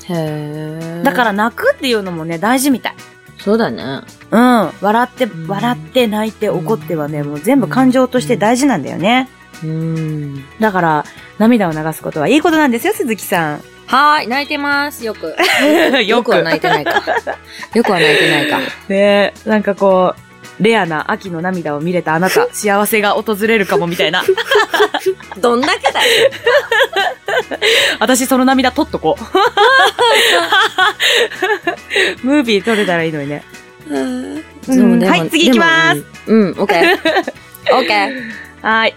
Speaker 3: へー
Speaker 2: だか、ら泣くっていうのもね、大事みたい。
Speaker 3: そうだね。
Speaker 2: うん。笑って、
Speaker 3: ん
Speaker 2: 笑って、泣いて、怒ってはね、
Speaker 3: うん
Speaker 2: もう全部感情として大事なんだよね。
Speaker 3: うん。
Speaker 2: だから、涙を流すことはいいことなんですよ、鈴木さん。
Speaker 3: はーい、泣いてます、よく。
Speaker 2: よ
Speaker 3: よくは泣いてない か。よくは泣いてないか。
Speaker 2: ねえなんかこう、レアな秋の涙を見れたあな た、幸せが訪れるかもみたいな。
Speaker 3: どんだけだよ。
Speaker 2: 私その涙取っとこう。 ムービー撮れたらいいのにね。
Speaker 3: でもでも
Speaker 2: はい次行きま。
Speaker 3: でもうん、 うんオッケー。オッケー。
Speaker 2: はい。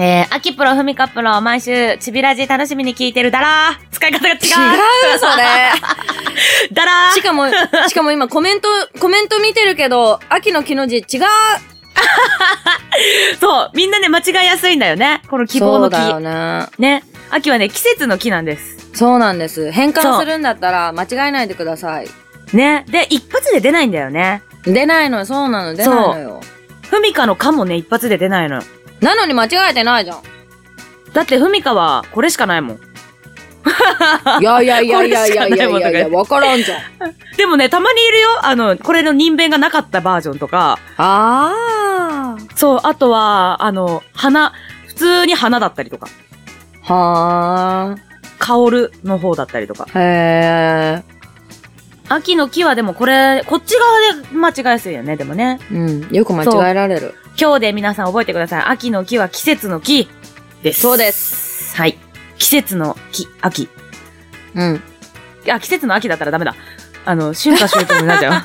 Speaker 2: えー、秋プロ、ふみかプロ、毎週、ちびラジ楽しみに聞いてるだらー使い方が違う
Speaker 3: 違う、それ。
Speaker 2: だら
Speaker 3: しかも、しかも今コメント、コメント見てるけど、秋の木の字違う
Speaker 2: ーそうみんなね、間違いやすいんだよね。この希望の木。
Speaker 3: そうだよね。
Speaker 2: ね。秋はね、季節の木なんです。
Speaker 3: そうなんです。変
Speaker 2: そう
Speaker 3: 換するんだったら間違えないでください。
Speaker 2: ね。で、一発で出ないんだよね。
Speaker 3: 出ないのよ、そうなの、出ないのよ。
Speaker 2: ふみかのかもね、一発で出ないのよ。
Speaker 3: なのに間違えてないじゃん。
Speaker 2: だって、ふみかは、これしかないもん。
Speaker 3: いやいやいやいやいやい
Speaker 2: こ
Speaker 3: やい
Speaker 2: れしかないもんとか言
Speaker 3: やい
Speaker 2: っ
Speaker 3: や、
Speaker 2: て
Speaker 3: わからんじゃん。
Speaker 2: でもね、たまにいるよ。あの、これの人弁がなかったバージョンとか、
Speaker 3: あ
Speaker 2: そう、あとは、あの、花、普通に花だったりとか、
Speaker 3: ー。は
Speaker 2: 香るの方だったりとか。
Speaker 3: ー。へ
Speaker 2: 秋の木はでもこれ、こっち側で間違えやすいよね、でもね。
Speaker 3: ー。うん。よく間違えられる。
Speaker 2: 今日で皆さん覚えてください。秋の木は季節の木です。。
Speaker 3: そうです
Speaker 2: はい。季節の木、秋。
Speaker 3: うん。
Speaker 2: あ、季節の秋だったらダメだ。あの、春夏秋冬になっちゃ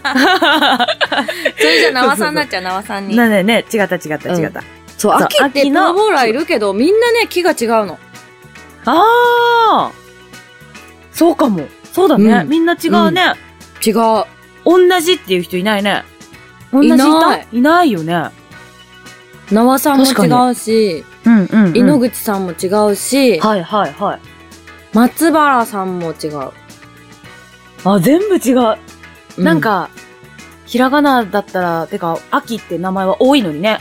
Speaker 3: それじゃ、縄さんになっちゃう、縄さん
Speaker 2: う。
Speaker 3: に。
Speaker 2: なんでね、違った違った違った。
Speaker 3: そう、
Speaker 2: そう
Speaker 3: 秋ってプ
Speaker 2: 秋の
Speaker 3: ロボーラーいるけど、みんなね、木が違うの。
Speaker 2: ああそうかも。そうだね。
Speaker 3: うん
Speaker 2: みんな違うね。
Speaker 3: 違う。
Speaker 2: 同じっていう人いないね。同じ
Speaker 3: い
Speaker 2: い
Speaker 3: な
Speaker 2: た
Speaker 3: い
Speaker 2: いないよね。
Speaker 3: 縄さんも
Speaker 2: 確か
Speaker 3: 違うし、
Speaker 2: うんうん、うん。
Speaker 3: 井ノ口さんも違うし、
Speaker 2: はいはいはい。
Speaker 3: 松原さんも違う。
Speaker 2: あ、全部違う。
Speaker 3: う
Speaker 2: なん、か、ひらがなだったら、てか、秋って名前は多いのにね。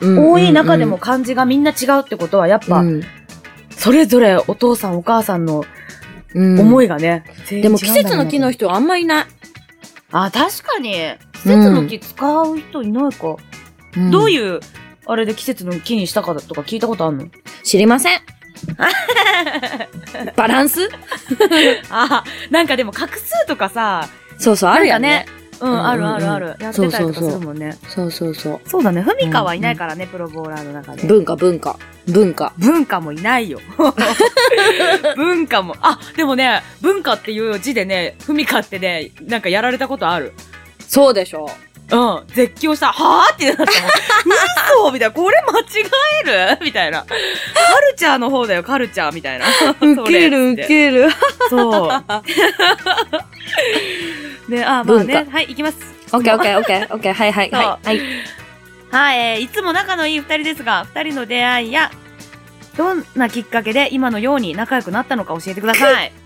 Speaker 3: うん
Speaker 2: 多い中でも、漢字がみんな違うってことは、やっ
Speaker 3: うん
Speaker 2: ぱ、それぞれお父さんお母さんの
Speaker 3: うん
Speaker 2: 思
Speaker 3: い。
Speaker 2: いがね、
Speaker 3: でも季節の木の
Speaker 2: 人。
Speaker 3: 人はあんまいない。
Speaker 2: あ、確かに。季節の木使う人いないか。どう
Speaker 3: い
Speaker 2: いう、あれで季節の木にしたかとか聞いたことあるの
Speaker 3: うん知りま せん。バランス
Speaker 2: あ、なんかでも画数とかさ、
Speaker 3: そうそう、あるよね。
Speaker 2: うん
Speaker 3: うんうん
Speaker 2: やって
Speaker 3: そう
Speaker 2: たり
Speaker 3: そ
Speaker 2: と
Speaker 3: う
Speaker 2: か
Speaker 3: そう
Speaker 2: するもんね。
Speaker 3: そうそうそ
Speaker 2: そうだね。ふみかはいないからね、プロボーラーの中
Speaker 3: う。
Speaker 2: で。
Speaker 3: 文化、文化。文化。
Speaker 2: 文化もいないよ。 文化も。あ、でもね、文化っていう字でね、ふみかってね、なんかやられたことある。
Speaker 3: そうでしょ
Speaker 2: うん、絶叫した。はぁって なったもん。嘘みたいな。これ間違えるみたいな。カルチャーの方だよ、カルチャーみたい な。
Speaker 3: う。ウケる、ウケる。
Speaker 2: それ そう。ね、あ、まあね。
Speaker 3: 文
Speaker 2: はい、行きます。
Speaker 3: オッケー オッケーオッケーオッケー。はいはいは
Speaker 2: そ
Speaker 3: い。はい。
Speaker 2: はい、えーいつも仲のいい二人ですが、二人の出会いや、どんなきっかけで今のように仲良くなったのか教えてください。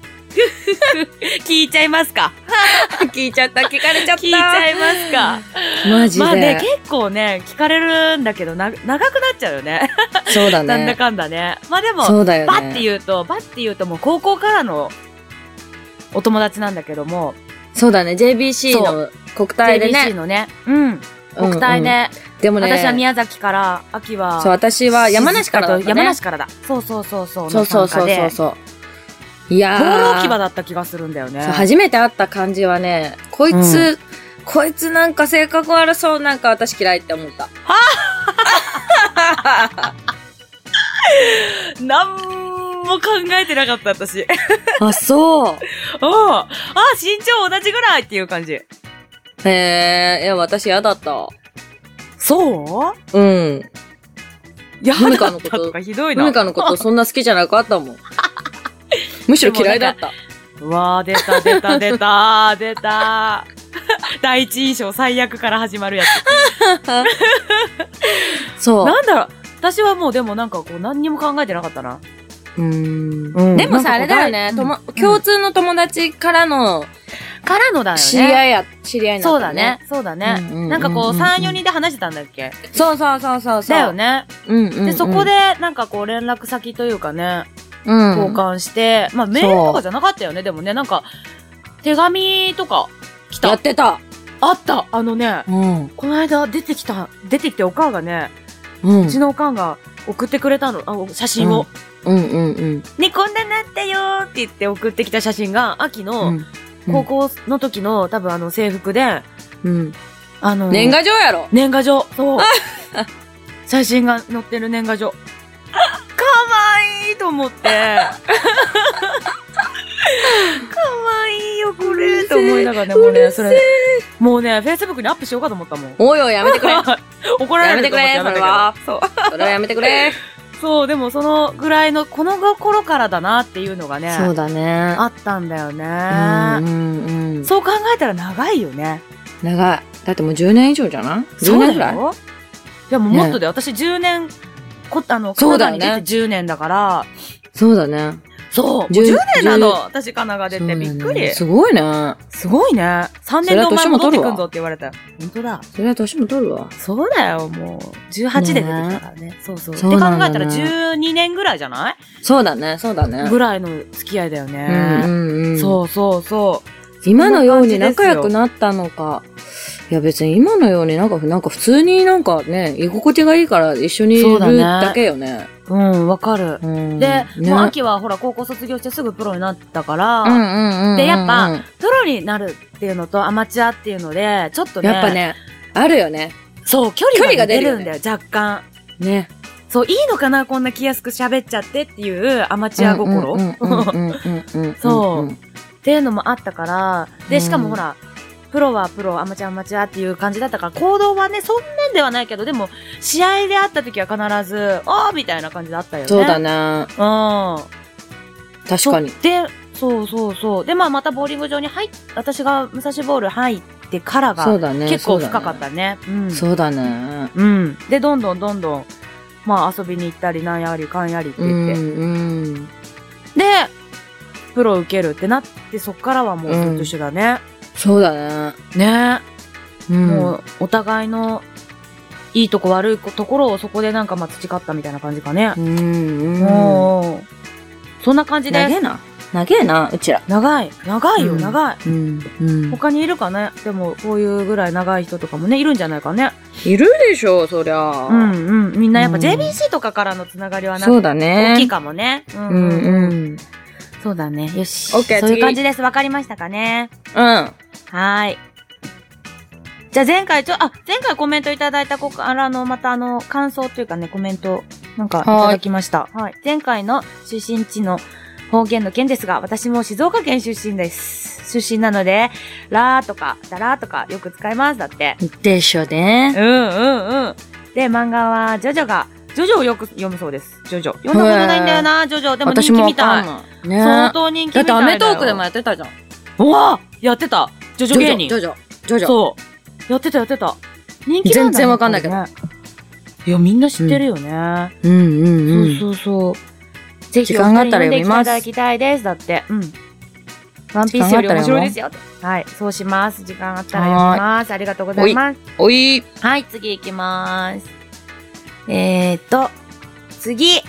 Speaker 2: 聞いちゃいますか
Speaker 3: 聞いちゃった、聞かれちゃった。
Speaker 2: 聞いちゃいますか
Speaker 3: マジで。
Speaker 2: まあね、結構ね、聞かれるんだけど、な、長くなっちゃうよね。
Speaker 3: そうだ
Speaker 2: なんだ
Speaker 3: ね。
Speaker 2: かんだね。まあでも、
Speaker 3: そうだよね。
Speaker 2: バッて言うと、バッて言うともう高校からのお友達なんだけども、
Speaker 3: そうだね。JBC の国体で
Speaker 2: JBC
Speaker 3: ね。
Speaker 2: のね、うん、国体
Speaker 3: うん
Speaker 2: ね、
Speaker 3: うん。でもね、
Speaker 2: 私は宮崎から、秋は、
Speaker 3: そう、私は山梨からだったね。
Speaker 2: 山梨からだ。そうそうそうそう。
Speaker 3: そうそうそうそう
Speaker 2: う。
Speaker 3: そう。いや
Speaker 2: ボール
Speaker 3: ー
Speaker 2: 置き場だった気がするんだよね。
Speaker 3: そう初めて会った感じはね、こいつ、こいつなんか性格悪そう、なんか私嫌いって思った。
Speaker 2: なんも考えてなかった、私。 うん。
Speaker 3: あ、そう。
Speaker 2: あ、身長同じぐらいっていう感じ。
Speaker 3: へえ、いや、私嫌だった。
Speaker 2: そう
Speaker 3: うん。
Speaker 2: や
Speaker 3: ふみ
Speaker 2: だ
Speaker 3: か
Speaker 2: っ
Speaker 3: のこ
Speaker 2: た
Speaker 3: と
Speaker 2: とかひどい
Speaker 3: ふ
Speaker 2: な
Speaker 3: み。かのことそんな好きじゃなかっ たもん。むしろ嫌いだった。
Speaker 2: うわあ、出た、出た、出た、出た。 第一印象最悪から始まるやつ。
Speaker 3: そう。
Speaker 2: なんだろう、私はもうでもなんかこう何にも考えてなかったな。
Speaker 3: うん
Speaker 2: うん
Speaker 3: でもさ、あ
Speaker 2: なん
Speaker 3: れ
Speaker 2: か
Speaker 3: だ
Speaker 2: こう
Speaker 3: よね、
Speaker 2: うん
Speaker 3: とも共通の友達からの
Speaker 2: からのだよね。
Speaker 3: 知り合いや、知り合いにな
Speaker 2: そ
Speaker 3: っ
Speaker 2: うだ
Speaker 3: たの
Speaker 2: ね。。そうだね。
Speaker 3: うんうんうんうん
Speaker 2: なんかこう、3、4人で話してたんだっけ
Speaker 3: そうそうそうそうそう。
Speaker 2: だよ。ね。
Speaker 3: うん、うん。
Speaker 2: で、そこで、、なんかこう、連絡先というかね、
Speaker 3: うん、
Speaker 2: 交換して、まあ、メールとかじゃなかったよね、でもね、なんか、手紙とか、来
Speaker 3: や
Speaker 2: た
Speaker 3: っ。てた。
Speaker 2: あったあのね、
Speaker 3: うん。
Speaker 2: この間出てきた、出てきておかんがね、
Speaker 3: う
Speaker 2: うちのおかんが送ってくれたの、あお写真を。
Speaker 3: うんうんうん。
Speaker 2: ね、こんなになったよーって言って送ってきた写真が、秋の、
Speaker 3: うん
Speaker 2: 高校の時の、多分あの、制服で、
Speaker 3: うん。
Speaker 2: あの、
Speaker 3: 年賀状やろ
Speaker 2: 年賀状 そう写真が載ってる年賀 状かわいいと思 ってかわいいよこれと思いながらねもうねそれもうねフェイスブックにアップしようかと思ったもん
Speaker 3: おいおいやめ てくれ
Speaker 2: 怒られると思って
Speaker 3: やめてくれ
Speaker 2: それは
Speaker 3: それはやめてくれ
Speaker 2: そうそうでもそのぐらいのこの頃からだなっていうのがね
Speaker 3: だね。
Speaker 2: あったんだよ
Speaker 3: うん
Speaker 2: ね、
Speaker 3: うんうん。
Speaker 2: そう考えたら長いよね
Speaker 3: 長い。だってもう10年以上じゃない ?10
Speaker 2: そうだ
Speaker 3: 年ぐらい
Speaker 2: よ。いや、もうもっとで、私10年、こ、あの、
Speaker 3: そ
Speaker 2: カ
Speaker 3: うだ
Speaker 2: ナダ
Speaker 3: よね
Speaker 2: に出て10年だから、
Speaker 3: そうだね。
Speaker 2: そう、
Speaker 3: 10
Speaker 2: 10, 年な
Speaker 3: 10
Speaker 2: の、私カナダ出
Speaker 3: そう
Speaker 2: て
Speaker 3: だね
Speaker 2: びっくり。
Speaker 3: すごいね。
Speaker 2: すごいね。3
Speaker 3: そ
Speaker 2: 年
Speaker 3: り
Speaker 2: で
Speaker 3: ゃ
Speaker 2: お前
Speaker 3: 年も
Speaker 2: 戻って
Speaker 3: 取るわ
Speaker 2: くんぞって言われたよ。本当だ。
Speaker 3: それは年も取るわ。
Speaker 2: そうだよ、もう。18で出てきたからね。そうそう。
Speaker 3: そうなんだ
Speaker 2: って考
Speaker 3: ね
Speaker 2: えたら12年ぐらいじゃない、
Speaker 3: そうだね、そうだね。
Speaker 2: ぐらいの付き合いだよ
Speaker 3: うんう
Speaker 2: ね。
Speaker 3: んうん。
Speaker 2: そうそうそう。
Speaker 3: 今のように仲良くなったのか。いや別に今のようになんか、なんか普通になんかね、居心地がいいから一緒にい
Speaker 2: そ
Speaker 3: る
Speaker 2: うだね
Speaker 3: だけよね。
Speaker 2: うん、わかる。
Speaker 3: うん
Speaker 2: で、
Speaker 3: ね
Speaker 2: もう秋はほら、高校卒業してすぐプロになったから、
Speaker 3: うんうんうんうんうん
Speaker 2: でやっぱ、プロになるっていうのとアマチュアっていうので、ちょっとね、
Speaker 3: やっぱね、あるよね。
Speaker 2: そう、距離
Speaker 3: 距離が
Speaker 2: が
Speaker 3: 出
Speaker 2: 出
Speaker 3: るよ
Speaker 2: る
Speaker 3: ね
Speaker 2: んだよ、若干。
Speaker 3: ね。
Speaker 2: そう、いいのかな、こんな気安く喋っちゃってっていうアマチュア心、
Speaker 3: うんうん うんうんうん
Speaker 2: そう
Speaker 3: うん
Speaker 2: っていうのもあったから、
Speaker 3: う
Speaker 2: で、
Speaker 3: ん
Speaker 2: しかもほら、プロはプロ、アマチュアはアマチュアっていう感じだったから、行動はね、そんなんではないけど、でも、試合で会った時は必ず、あーみたいな感じだったよね。
Speaker 3: そうだね。
Speaker 2: うん。
Speaker 3: 確かに。
Speaker 2: で、そうそうそう。で、まあまたボーリング場に入っ、私が武蔵ボール入ってから
Speaker 3: そう
Speaker 2: が
Speaker 3: だね。
Speaker 2: 結構深かったね。うん。
Speaker 3: そうだね。
Speaker 2: うん。で、どんどんどんどん、まあ遊びに行ったり、なんやりかんやりって
Speaker 3: そうだね。う
Speaker 2: 言
Speaker 3: ん
Speaker 2: って。
Speaker 3: うん。
Speaker 2: で、プロ受けるってなって、そっからはもうずっと一緒だね。
Speaker 3: そうだね。
Speaker 2: ね
Speaker 3: うん。
Speaker 2: もう、お互いの、いいとこ悪いところをそこでなんかまあ培ったみたいな感じかね。
Speaker 3: うんうん。
Speaker 2: もう、そんな感じで
Speaker 3: 長
Speaker 2: す。
Speaker 3: えな。長えな、うちら。
Speaker 2: 長い。長いよ、
Speaker 3: うん
Speaker 2: 長い。
Speaker 3: うん。うん。
Speaker 2: 他にいるかねでも、こういうぐらい長い人とかもね、いるんじゃないかね。
Speaker 3: いるでしょ、そりゃ。
Speaker 2: うん。うん。みんなやっぱ
Speaker 3: うん
Speaker 2: JBC とかからのつながりはな
Speaker 3: そうだね。
Speaker 2: 大きいかもね。う
Speaker 3: うん
Speaker 2: うん
Speaker 3: んう
Speaker 2: うん。
Speaker 3: ん。
Speaker 2: そうだね。よし。
Speaker 3: オッケー
Speaker 2: そういう
Speaker 3: 次
Speaker 2: 感じです。わかりましたかね。
Speaker 3: うん。
Speaker 2: はーい。じゃあ前回ちょ、あ、前回コメントいただいた子からの、またあの、感想というかね、コメント、なんかいただきました。はい。前回の出身地の方言の件ですが、私も静岡県出身です。出身なので、らーとか、だらーとかよく使います。だって。
Speaker 3: でしょうね。
Speaker 2: うんうんうん。で、漫画は、ジョジョが、ジョジョをよく読むそうです。ジョジョ。読んだことないんだよな、ジョジョ。でも人
Speaker 3: 私
Speaker 2: 気
Speaker 3: も
Speaker 2: み
Speaker 3: わ
Speaker 2: た
Speaker 3: か
Speaker 2: い。
Speaker 3: んない。ね
Speaker 2: 相当人気
Speaker 3: だ
Speaker 2: みた
Speaker 3: っ
Speaker 2: い
Speaker 3: て
Speaker 2: だよ。
Speaker 3: アメトークでもやってたじゃん。
Speaker 2: うわやってたジョジョ芸人
Speaker 3: ジョジョ。ジョジョ。
Speaker 2: そう。やってたやってた。人気なんだね
Speaker 3: 全然わかんないけど
Speaker 2: これねいや、みんな知ってるよね。
Speaker 3: う。うんうんうん。
Speaker 2: そうそうそう。ぜひ、
Speaker 3: 時間があったら読みます
Speaker 2: お二人に読んでいただきたいです。だって。うん。ワンピースより面白いですよ。はい、そうします。時間あったら読みます。ありがとうございます。
Speaker 3: おい。
Speaker 2: はい、次行きまーす。えーっと、次。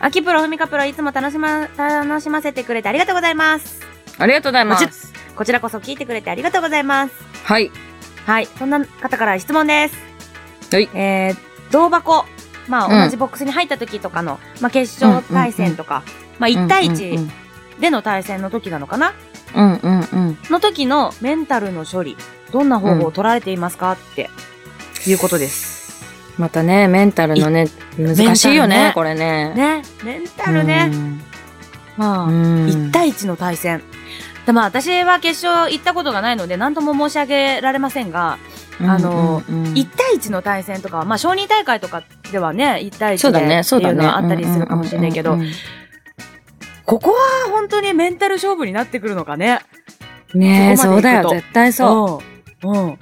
Speaker 2: 秋プロ、ふみかプロ、いつも楽しま、楽しませてくれてありがとうございます。
Speaker 3: ありがとうございます。
Speaker 2: こちらこそ聞いてくれてありがとうございます。
Speaker 3: はい。
Speaker 2: はい、そんな方から質問です。
Speaker 3: はい
Speaker 2: えー、銅箱。ま
Speaker 3: うん
Speaker 2: あ、同じボックスに入った時とかの、まあ、決勝対戦とか、まあ、1対1での対戦の時なのかな
Speaker 3: うんうんうん。
Speaker 2: の時のメンタルの処理、どんな方法を取られていますかって、いうことです。
Speaker 3: またね、メンタルのね、難しいよね、
Speaker 2: メンタルね
Speaker 3: これね。
Speaker 2: ね、メンタ
Speaker 3: うん。
Speaker 2: ルね。
Speaker 3: う
Speaker 2: まあ、
Speaker 3: ん。
Speaker 2: 1対1の対戦。でまあ、私は決勝行ったことがないので、何とも申し上げられませんが、あの
Speaker 3: うんうんうん
Speaker 2: 1対1の対戦とかは、まあ、承認大会とかではね、1対
Speaker 3: そ
Speaker 2: 1
Speaker 3: うだ
Speaker 2: で
Speaker 3: ね、
Speaker 2: って
Speaker 3: そう
Speaker 2: い
Speaker 3: だ
Speaker 2: うの
Speaker 3: ね。
Speaker 2: はあったりするかもしれないけ
Speaker 3: う
Speaker 2: ど
Speaker 3: んう、んうん
Speaker 2: ここは本当にメンタル勝負になってくるのかね。
Speaker 3: うん。ねえ、
Speaker 2: そこ
Speaker 3: そ
Speaker 2: ま
Speaker 3: う
Speaker 2: で
Speaker 3: だ
Speaker 2: 行くと
Speaker 3: よ、絶対そう。
Speaker 2: う。うん。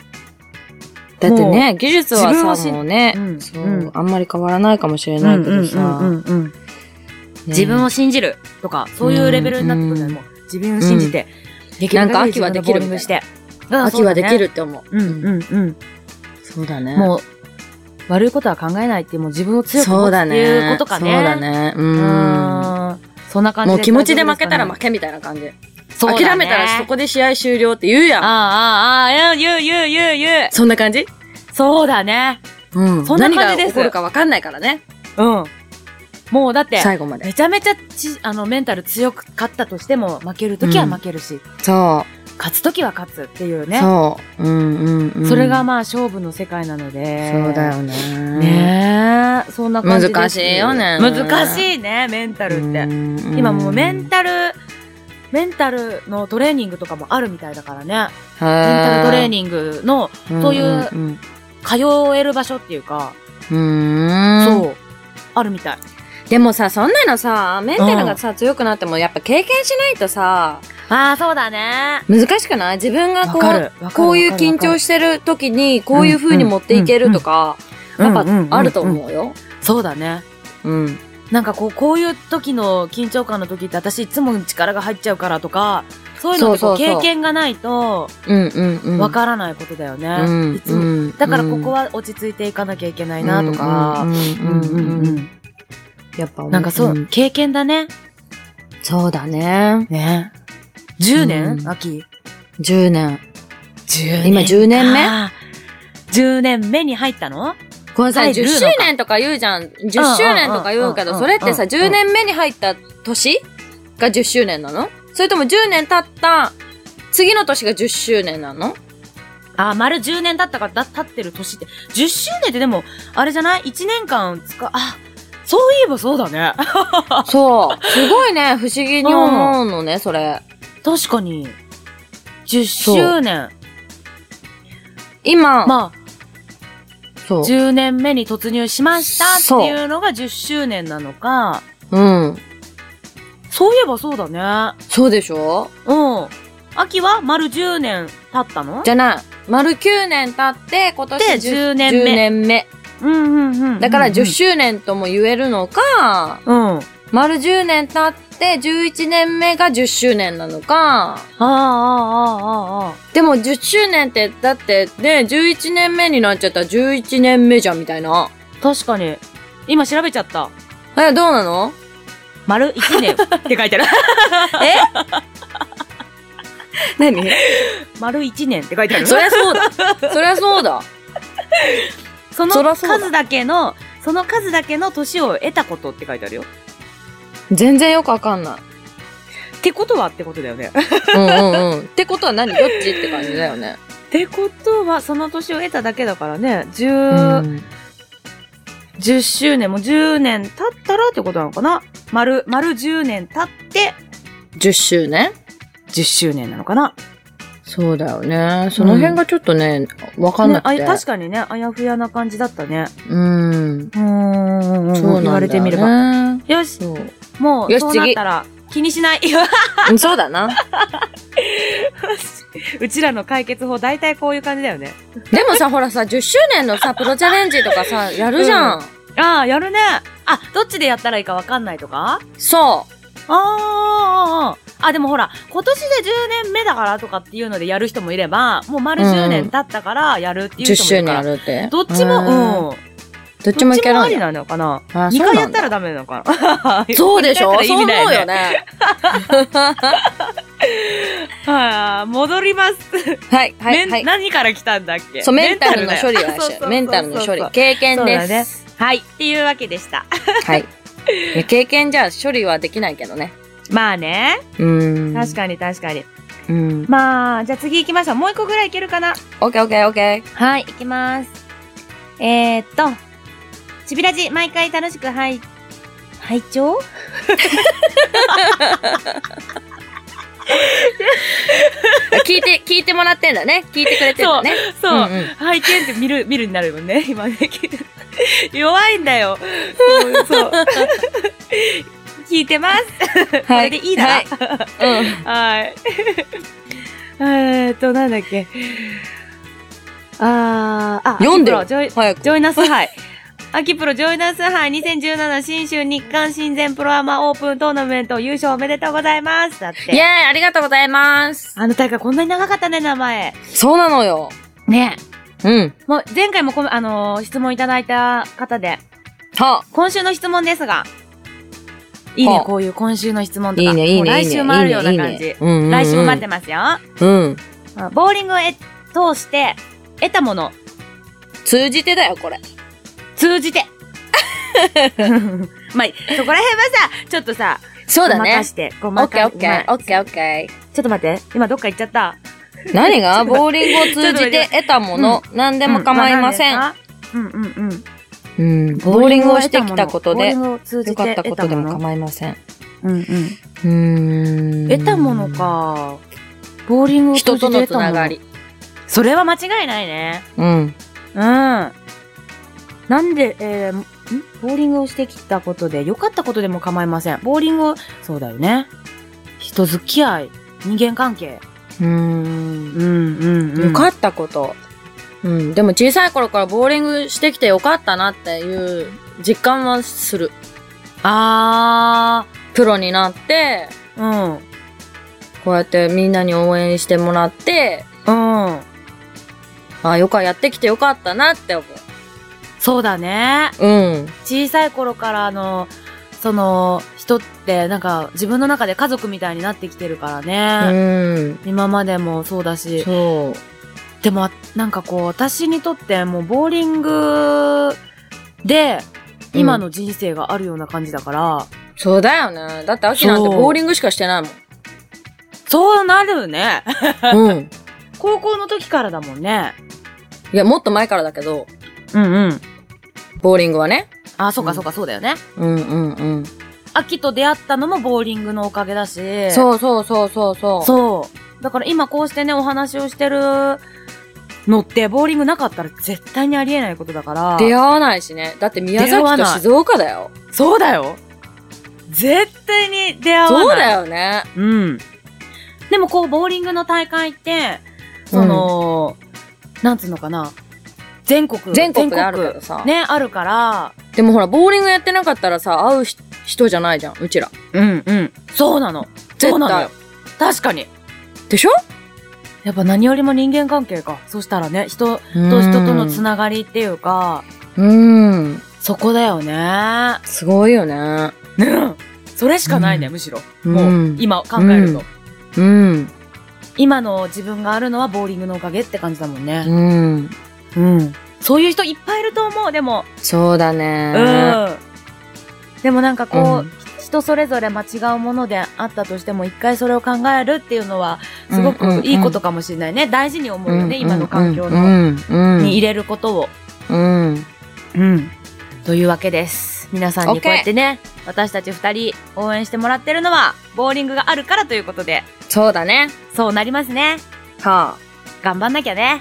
Speaker 3: だってね、技術
Speaker 2: 自分を
Speaker 3: は
Speaker 2: 信
Speaker 3: さ、
Speaker 2: じ
Speaker 3: もうね
Speaker 2: うん、、
Speaker 3: そううんあんまり変わらないかもしれないけど
Speaker 2: うん
Speaker 3: さ。
Speaker 2: うんうんうん
Speaker 3: ね
Speaker 2: 自分を信じるとか、そういうレベルになってくるのよもう自分を信じて、で
Speaker 3: なんか秋はできるみたいな
Speaker 2: して。
Speaker 3: 秋はでき
Speaker 2: る。
Speaker 3: るって思う。
Speaker 2: うんうんうん。
Speaker 3: そうだね。
Speaker 2: もう、悪いことは考えないって、もう自分を強く
Speaker 3: そ
Speaker 2: 持
Speaker 3: う
Speaker 2: つって
Speaker 3: だね。
Speaker 2: いうことかね。
Speaker 3: そうだ。ね。う。
Speaker 2: うんーん。そんな感じ
Speaker 3: もう気持ちで負けたら負
Speaker 2: け。
Speaker 3: けみたいな感じ。
Speaker 2: そうだね
Speaker 3: 諦めたらそこで試合終了って言うやん。
Speaker 2: ああ、ああ、ああ、言う、言う、言う、言う。
Speaker 3: そんな感じ
Speaker 2: そうだね。
Speaker 3: うん
Speaker 2: そんな
Speaker 3: 何
Speaker 2: 感じ
Speaker 3: が
Speaker 2: です
Speaker 3: 起こるか分かんないからね。
Speaker 2: うん。もうだって、
Speaker 3: 最後まで。
Speaker 2: めちゃめちゃち、あの、メンタル強く勝ったとしても、負けるときは負けるし、
Speaker 3: そ
Speaker 2: 勝つときは勝つっていう
Speaker 3: う。
Speaker 2: ね。
Speaker 3: そう。うんうんうん。
Speaker 2: それがまあ勝負の世界なので。
Speaker 3: そうだよね。
Speaker 2: ねえ。そんな感じです
Speaker 3: 難しいよね
Speaker 2: 難しいね、メンタルって。
Speaker 3: て
Speaker 2: 今もうメンタル、メンタルのトレーニングとかもあるみたいだからね。
Speaker 3: タル、
Speaker 2: メンタルトレー
Speaker 3: ン
Speaker 2: ニングの
Speaker 3: グ
Speaker 2: そういう。通える場所っていうか、
Speaker 3: うん。そう
Speaker 2: そう、あるみたい。
Speaker 3: ん。でもさ、そんなのさ、メンタルがさ、強くなってもやっぱ経験しないとさ、
Speaker 2: ああ、そうだね。
Speaker 3: 難しくない自分がこ
Speaker 2: わかる
Speaker 3: う、こういう緊張
Speaker 2: し、
Speaker 3: してる時に、こういう風に持っていけるとか、やっぱあると
Speaker 2: うんうんうん
Speaker 3: 思うよ。
Speaker 2: そうだね。
Speaker 3: うん。
Speaker 2: なんかこう、こういう時の緊張感の時って私いつも力が入っちゃうからとか、そういうのってこう
Speaker 3: そうそうそう
Speaker 2: 経験がないと
Speaker 3: うんうんうん。
Speaker 2: わからないことだよね。
Speaker 3: うん
Speaker 2: いつも
Speaker 3: うん
Speaker 2: だからここは落ち着いていかなきゃいけないなと
Speaker 3: う
Speaker 2: か。
Speaker 3: んうんうんうん
Speaker 2: ん。
Speaker 3: やっぱ思
Speaker 2: なんかそう、
Speaker 3: ん
Speaker 2: 経験だね。
Speaker 3: そうだね。
Speaker 2: ね。10年、
Speaker 3: うん
Speaker 2: 秋。
Speaker 3: 10年。
Speaker 2: 10
Speaker 3: 今10年目
Speaker 2: ?10 年目に入ったの
Speaker 3: これさ、
Speaker 2: 入
Speaker 3: 10
Speaker 2: るのか
Speaker 3: 周年とか言うじゃん。10周年とか言うけ
Speaker 2: うん
Speaker 3: ど、
Speaker 2: うんう
Speaker 3: そ
Speaker 2: んうん
Speaker 3: れ
Speaker 2: うん
Speaker 3: ってさ、10年目に入った年が10周年なのそれとも10年経った次の年が10周年なの
Speaker 2: あ、丸10年経ったから、だ、経ってる年って。10周年ってでも、あれじゃない ?1 年間使う、あ、そういえばそうだね。
Speaker 3: そう。すごいね、不思議に思うのね、それ。
Speaker 2: 確かに。10
Speaker 3: そう
Speaker 2: 周年。
Speaker 3: 今、
Speaker 2: ま
Speaker 3: そ
Speaker 2: あ、
Speaker 3: う。
Speaker 2: 10年目に突入しました
Speaker 3: そう
Speaker 2: っていうのが10周年なのか、
Speaker 3: うん。
Speaker 2: そういえばそうだね。
Speaker 3: そうでしょ
Speaker 2: うん。秋は丸10年経ったの
Speaker 3: じゃない。丸9年経って、今年
Speaker 2: で10年目
Speaker 3: 10年目。
Speaker 2: うんうんうんうん。
Speaker 3: だから10周年とも言えるのか、
Speaker 2: うん。あ
Speaker 3: 丸10年経って11年目が10周年なのか、
Speaker 2: あ、ああ、ああ、ああ。
Speaker 3: でも10周年って、だってね、11年目になっちゃったら11年目じゃんみたいな。
Speaker 2: 確かに。今調べちゃった。
Speaker 3: え、どうなの
Speaker 2: 丸1年って書いてあ る。
Speaker 3: え何
Speaker 2: 丸1年って書いてある。
Speaker 3: そりゃそうだ。そりゃそうだ。
Speaker 2: その
Speaker 3: そらそうだ
Speaker 2: 数だけの、その数だけの年を得たことって書いてあるよ。
Speaker 3: 全然よくわかんない。
Speaker 2: ってことはってことだよね。 っ
Speaker 3: うんうんうん。ってことは何どっちって感じだよね。
Speaker 2: てことは、その年を得ただけだからね、10、10周年も10年経ったらってことなのかな丸、丸10年経って
Speaker 3: 10周年
Speaker 2: 10周年なのかな
Speaker 3: そうだよね。その辺がちょっとね、わ、かんなくて。
Speaker 2: あ確かにね、あやふやな感じだったね。
Speaker 3: うん。
Speaker 2: うーんうんうん。
Speaker 3: そうなんだ、ね、
Speaker 2: 言われてみれば。
Speaker 3: ば。
Speaker 2: よし、
Speaker 3: そう。
Speaker 2: もう、
Speaker 3: よし
Speaker 2: そうなったら気にしない。
Speaker 3: うんそうだな。
Speaker 2: うちらの解決法、大体こういう感じだよね。
Speaker 3: でもさ、ほらさ、10周年のさ、プロチャレンジとかさ、やるじゃん。
Speaker 2: ああ、やるね。あ、どっちでやったらいいかわかんないとか
Speaker 3: そ
Speaker 2: あーあ、でもほら、今年で10年目だからとかっていうのでやる人もいれば、もう丸10年経ったからやるって
Speaker 3: う。
Speaker 2: いう
Speaker 3: 10
Speaker 2: 人もい
Speaker 3: 周
Speaker 2: るか
Speaker 3: 年
Speaker 2: ら。
Speaker 3: やるって。
Speaker 2: どっち
Speaker 3: うん。
Speaker 2: も、うん。
Speaker 3: どっちもいけ
Speaker 2: どっ
Speaker 3: る
Speaker 2: あ
Speaker 3: ん
Speaker 2: り
Speaker 3: や。
Speaker 2: なのかな
Speaker 3: あ
Speaker 2: ?2 回やった
Speaker 3: ら。
Speaker 2: らダメなのかな
Speaker 3: そうでし ょ
Speaker 2: 一回
Speaker 3: そ
Speaker 2: やっ
Speaker 3: う思
Speaker 2: た
Speaker 3: う
Speaker 2: ら意味ない
Speaker 3: よ。ね。
Speaker 2: はい、戻ります。
Speaker 3: はい、はい、
Speaker 2: メン
Speaker 3: はい。
Speaker 2: 何から来たんだっけ
Speaker 3: そう、メンタルの処理
Speaker 2: だよ そう
Speaker 3: は
Speaker 2: そうそうそう
Speaker 3: メンタルの処理。経験
Speaker 2: そうだ
Speaker 3: で
Speaker 2: ね
Speaker 3: す。
Speaker 2: はい、っていうわけでした。
Speaker 3: はい。いや経験じゃ処理はできないけどね。
Speaker 2: まあね。
Speaker 3: うん
Speaker 2: 確かに確かに。
Speaker 3: に。うん。
Speaker 2: まあ、じゃあ次行きましょう。もう一個ぐらいいけるかな
Speaker 3: オッケーオッケーオッケ
Speaker 2: はい、いきます。えー、っと、ちびらじ、毎回楽しくはい、拝聴
Speaker 3: ー。聞いて、 聞いてもらってんだね。聞いてくれてんだね。
Speaker 2: そう、
Speaker 3: んん
Speaker 2: 拝見って見る、見るになるもんね、今ね。 弱いんだよ。そうそう 聞いてます。 これでいいな。
Speaker 3: は
Speaker 2: はいい。
Speaker 3: う ん。
Speaker 2: えーっと、なんだっけ。あー、あ、
Speaker 3: 読んでよ
Speaker 2: アキプロジョイ
Speaker 3: 早く。
Speaker 2: ジョイナス杯。秋プロジョイナス杯2017新州日韓親善プロアマオープントーナメント優勝おめでとうございます。だっ
Speaker 3: イェーイ
Speaker 2: て。
Speaker 3: ありがとうございます。
Speaker 2: あの大会こんなに長かったね、名前。
Speaker 3: そうなのよ。
Speaker 2: ね。
Speaker 3: うん。
Speaker 2: もう前回もこのあのー質問いただいた方で、
Speaker 3: は
Speaker 2: 今週の質問ですが、いいね
Speaker 3: ほ、う
Speaker 2: こういう今週の質問と
Speaker 3: い
Speaker 2: か。
Speaker 3: いね、いい
Speaker 2: もう
Speaker 3: ね、いいね。
Speaker 2: 来週もあるような感
Speaker 3: いい
Speaker 2: じ
Speaker 3: ね。うんうんうん。
Speaker 2: 来週も待ってますよ。
Speaker 3: て。うん。
Speaker 2: あボーリングをえ通して、得たもの、
Speaker 3: 通じてだよ、これ。
Speaker 2: 通じ て。まあ、そこら辺はさ、ちょっとさ、
Speaker 3: そうだ
Speaker 2: ごま
Speaker 3: ね
Speaker 2: か。して、ご
Speaker 3: オッ
Speaker 2: ま
Speaker 3: ケー
Speaker 2: か
Speaker 3: オッケー、オッケーオッケー。
Speaker 2: ちょっと待って、今どっか行っちゃった。
Speaker 3: 何がボーリングを通じて得たもの、何でも構いません。
Speaker 2: うんうんうん。
Speaker 3: うん。ボーリングをしてきたこと
Speaker 2: ボーリ
Speaker 3: で
Speaker 2: ン、グを通じ
Speaker 3: 良かってた
Speaker 2: 得
Speaker 3: こ
Speaker 2: た
Speaker 3: とで
Speaker 2: も
Speaker 3: も
Speaker 2: の。
Speaker 3: 構いません。
Speaker 2: うんうん。
Speaker 3: うーん。
Speaker 2: 得たもの。か。ボーリングを通
Speaker 3: 人
Speaker 2: じて
Speaker 3: と
Speaker 2: 得たも
Speaker 3: の
Speaker 2: の。
Speaker 3: つながり。
Speaker 2: それは間違いないね。
Speaker 3: うん。
Speaker 2: うん。なんで、えーんボーリングをしてきたことで、良かったことでも構いません。ボーリングを、そうだよね。人付き合い、人間関係。
Speaker 3: うーん。
Speaker 2: うんうん
Speaker 3: よか
Speaker 2: っ
Speaker 3: ったこと。うん。でも小さい頃からボーリングしてきてよかったなっていう実感はする。
Speaker 2: た。あ
Speaker 3: プロになって、
Speaker 2: ー、
Speaker 3: こうやってみんなに応援してもらって、
Speaker 2: うん。うん。
Speaker 3: ああ、よか、やってきてよかったなって思
Speaker 2: そうだね。
Speaker 3: う。うん。
Speaker 2: 小さい頃からあの、その、人ってなんか自分の中で家族みたいになってきてるからね。
Speaker 3: うん。
Speaker 2: 今までもそうだし。
Speaker 3: そ
Speaker 2: でも、なんかこう、私にとってもうボーリングで、
Speaker 3: うん
Speaker 2: 今の人生があるような感じだから、
Speaker 3: う。そうだよね。だって秋なんて
Speaker 2: そう
Speaker 3: ボーリングしかしてない
Speaker 2: そうなるね。
Speaker 3: もん。うん。
Speaker 2: 高校の時からだもんね。
Speaker 3: いや、もっと前からだけど、
Speaker 2: うんうん。
Speaker 3: ボーリングはね。
Speaker 2: あ、そう
Speaker 3: う
Speaker 2: か
Speaker 3: ん
Speaker 2: そうかそうだよね。
Speaker 3: うんうんうん。
Speaker 2: 秋と出会ったのもボーリングのおかげだし。
Speaker 3: そうそうそうそうそう。
Speaker 2: そう。だから今こうしてね、お話をしてるのって、ボーリングなかったら絶対にありえないことだから。
Speaker 3: 出会わないしね。だって宮
Speaker 2: 出会
Speaker 3: 崎
Speaker 2: わ
Speaker 3: と
Speaker 2: ない
Speaker 3: 静岡だよ。
Speaker 2: そうだよ。絶対に出会わない。
Speaker 3: そうだよね。
Speaker 2: うん。でもこう、ボーリングの大会って、その、なんつうのかな。全国。
Speaker 3: 全国であるからさ。
Speaker 2: ね、あるから。
Speaker 3: でもほら、ボーリングやってなかったらさ、会うひ人じゃないじゃん、うちら。
Speaker 2: うんうん。そうなの。そう
Speaker 3: 絶
Speaker 2: なの
Speaker 3: 対
Speaker 2: よ。。確かに。
Speaker 3: でしょ
Speaker 2: やっぱ何よりも人間関係か。そしたらね、人と人とのつ
Speaker 3: な
Speaker 2: ながりっていうか、
Speaker 3: うん。
Speaker 2: そこだよね。
Speaker 3: すごいよね。
Speaker 2: ねそれしかないね、
Speaker 3: う
Speaker 2: むしろ。
Speaker 3: うん
Speaker 2: もう、今考えると。
Speaker 3: ううん。
Speaker 2: 今の自分があるのはボーリングのおかげって感じだもんね。
Speaker 3: うん。
Speaker 2: うん。そういう人いっぱいいると思う、でも。
Speaker 3: そうだね。
Speaker 2: うん。でもなんかこう、
Speaker 3: うん
Speaker 2: 人それぞれ間違うものであったとしても、一回それを考えるっていうのは、すご
Speaker 3: うんうんう
Speaker 2: く
Speaker 3: ん
Speaker 2: いいことかもしれないね。大事に思うよね、今の環境
Speaker 3: う
Speaker 2: の
Speaker 3: ん。うん。
Speaker 2: に入れることを。
Speaker 3: うん。
Speaker 2: うん。というわけです。皆さんに
Speaker 3: OK
Speaker 2: こうやってね、私たち二人応援してもらってるのは、ボーリングがあるからということで、
Speaker 3: そうだね。
Speaker 2: そうなりますね。
Speaker 3: はあ。
Speaker 2: 頑張んなきゃね。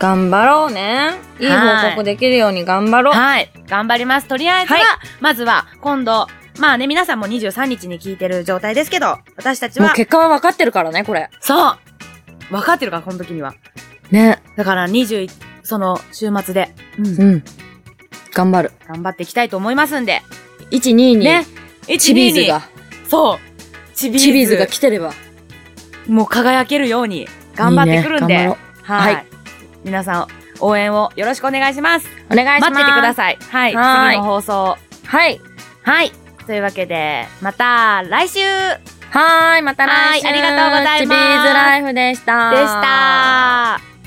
Speaker 3: 頑張ろうね。いい報告できるように頑張ろう。
Speaker 2: はい。頑張ります。とりあえずは、
Speaker 3: はい
Speaker 2: まずは、今度、まあね、皆さんも23日に聞いてる状態ですけど、私たち
Speaker 3: もう
Speaker 2: は、
Speaker 3: 結果は分かってるからね、これ。
Speaker 2: そう分かってるから、この時には。
Speaker 3: ね。
Speaker 2: だから、21、その、週末で、うん
Speaker 3: うん。頑張る。
Speaker 2: 頑張っていきたいと思いますんで。
Speaker 3: 1、2に、
Speaker 2: ね。1
Speaker 3: チビーズ。
Speaker 2: 2
Speaker 3: が、
Speaker 2: そう。チビーズ。
Speaker 3: チビーズが来てれば。
Speaker 2: もう輝けるように、頑張ってくるんで。
Speaker 3: いいね頑張ろう
Speaker 2: はい、
Speaker 3: はい
Speaker 2: 皆さん、応援をよろしくお願いします。
Speaker 3: お願いします。
Speaker 2: 待っててください。はい。
Speaker 3: はい
Speaker 2: 次の放送。
Speaker 3: はい。
Speaker 2: はい。というわけで、また来週で
Speaker 3: はーい、また来週。
Speaker 2: はいありがとうございます
Speaker 3: チビーズライフでした。
Speaker 2: した。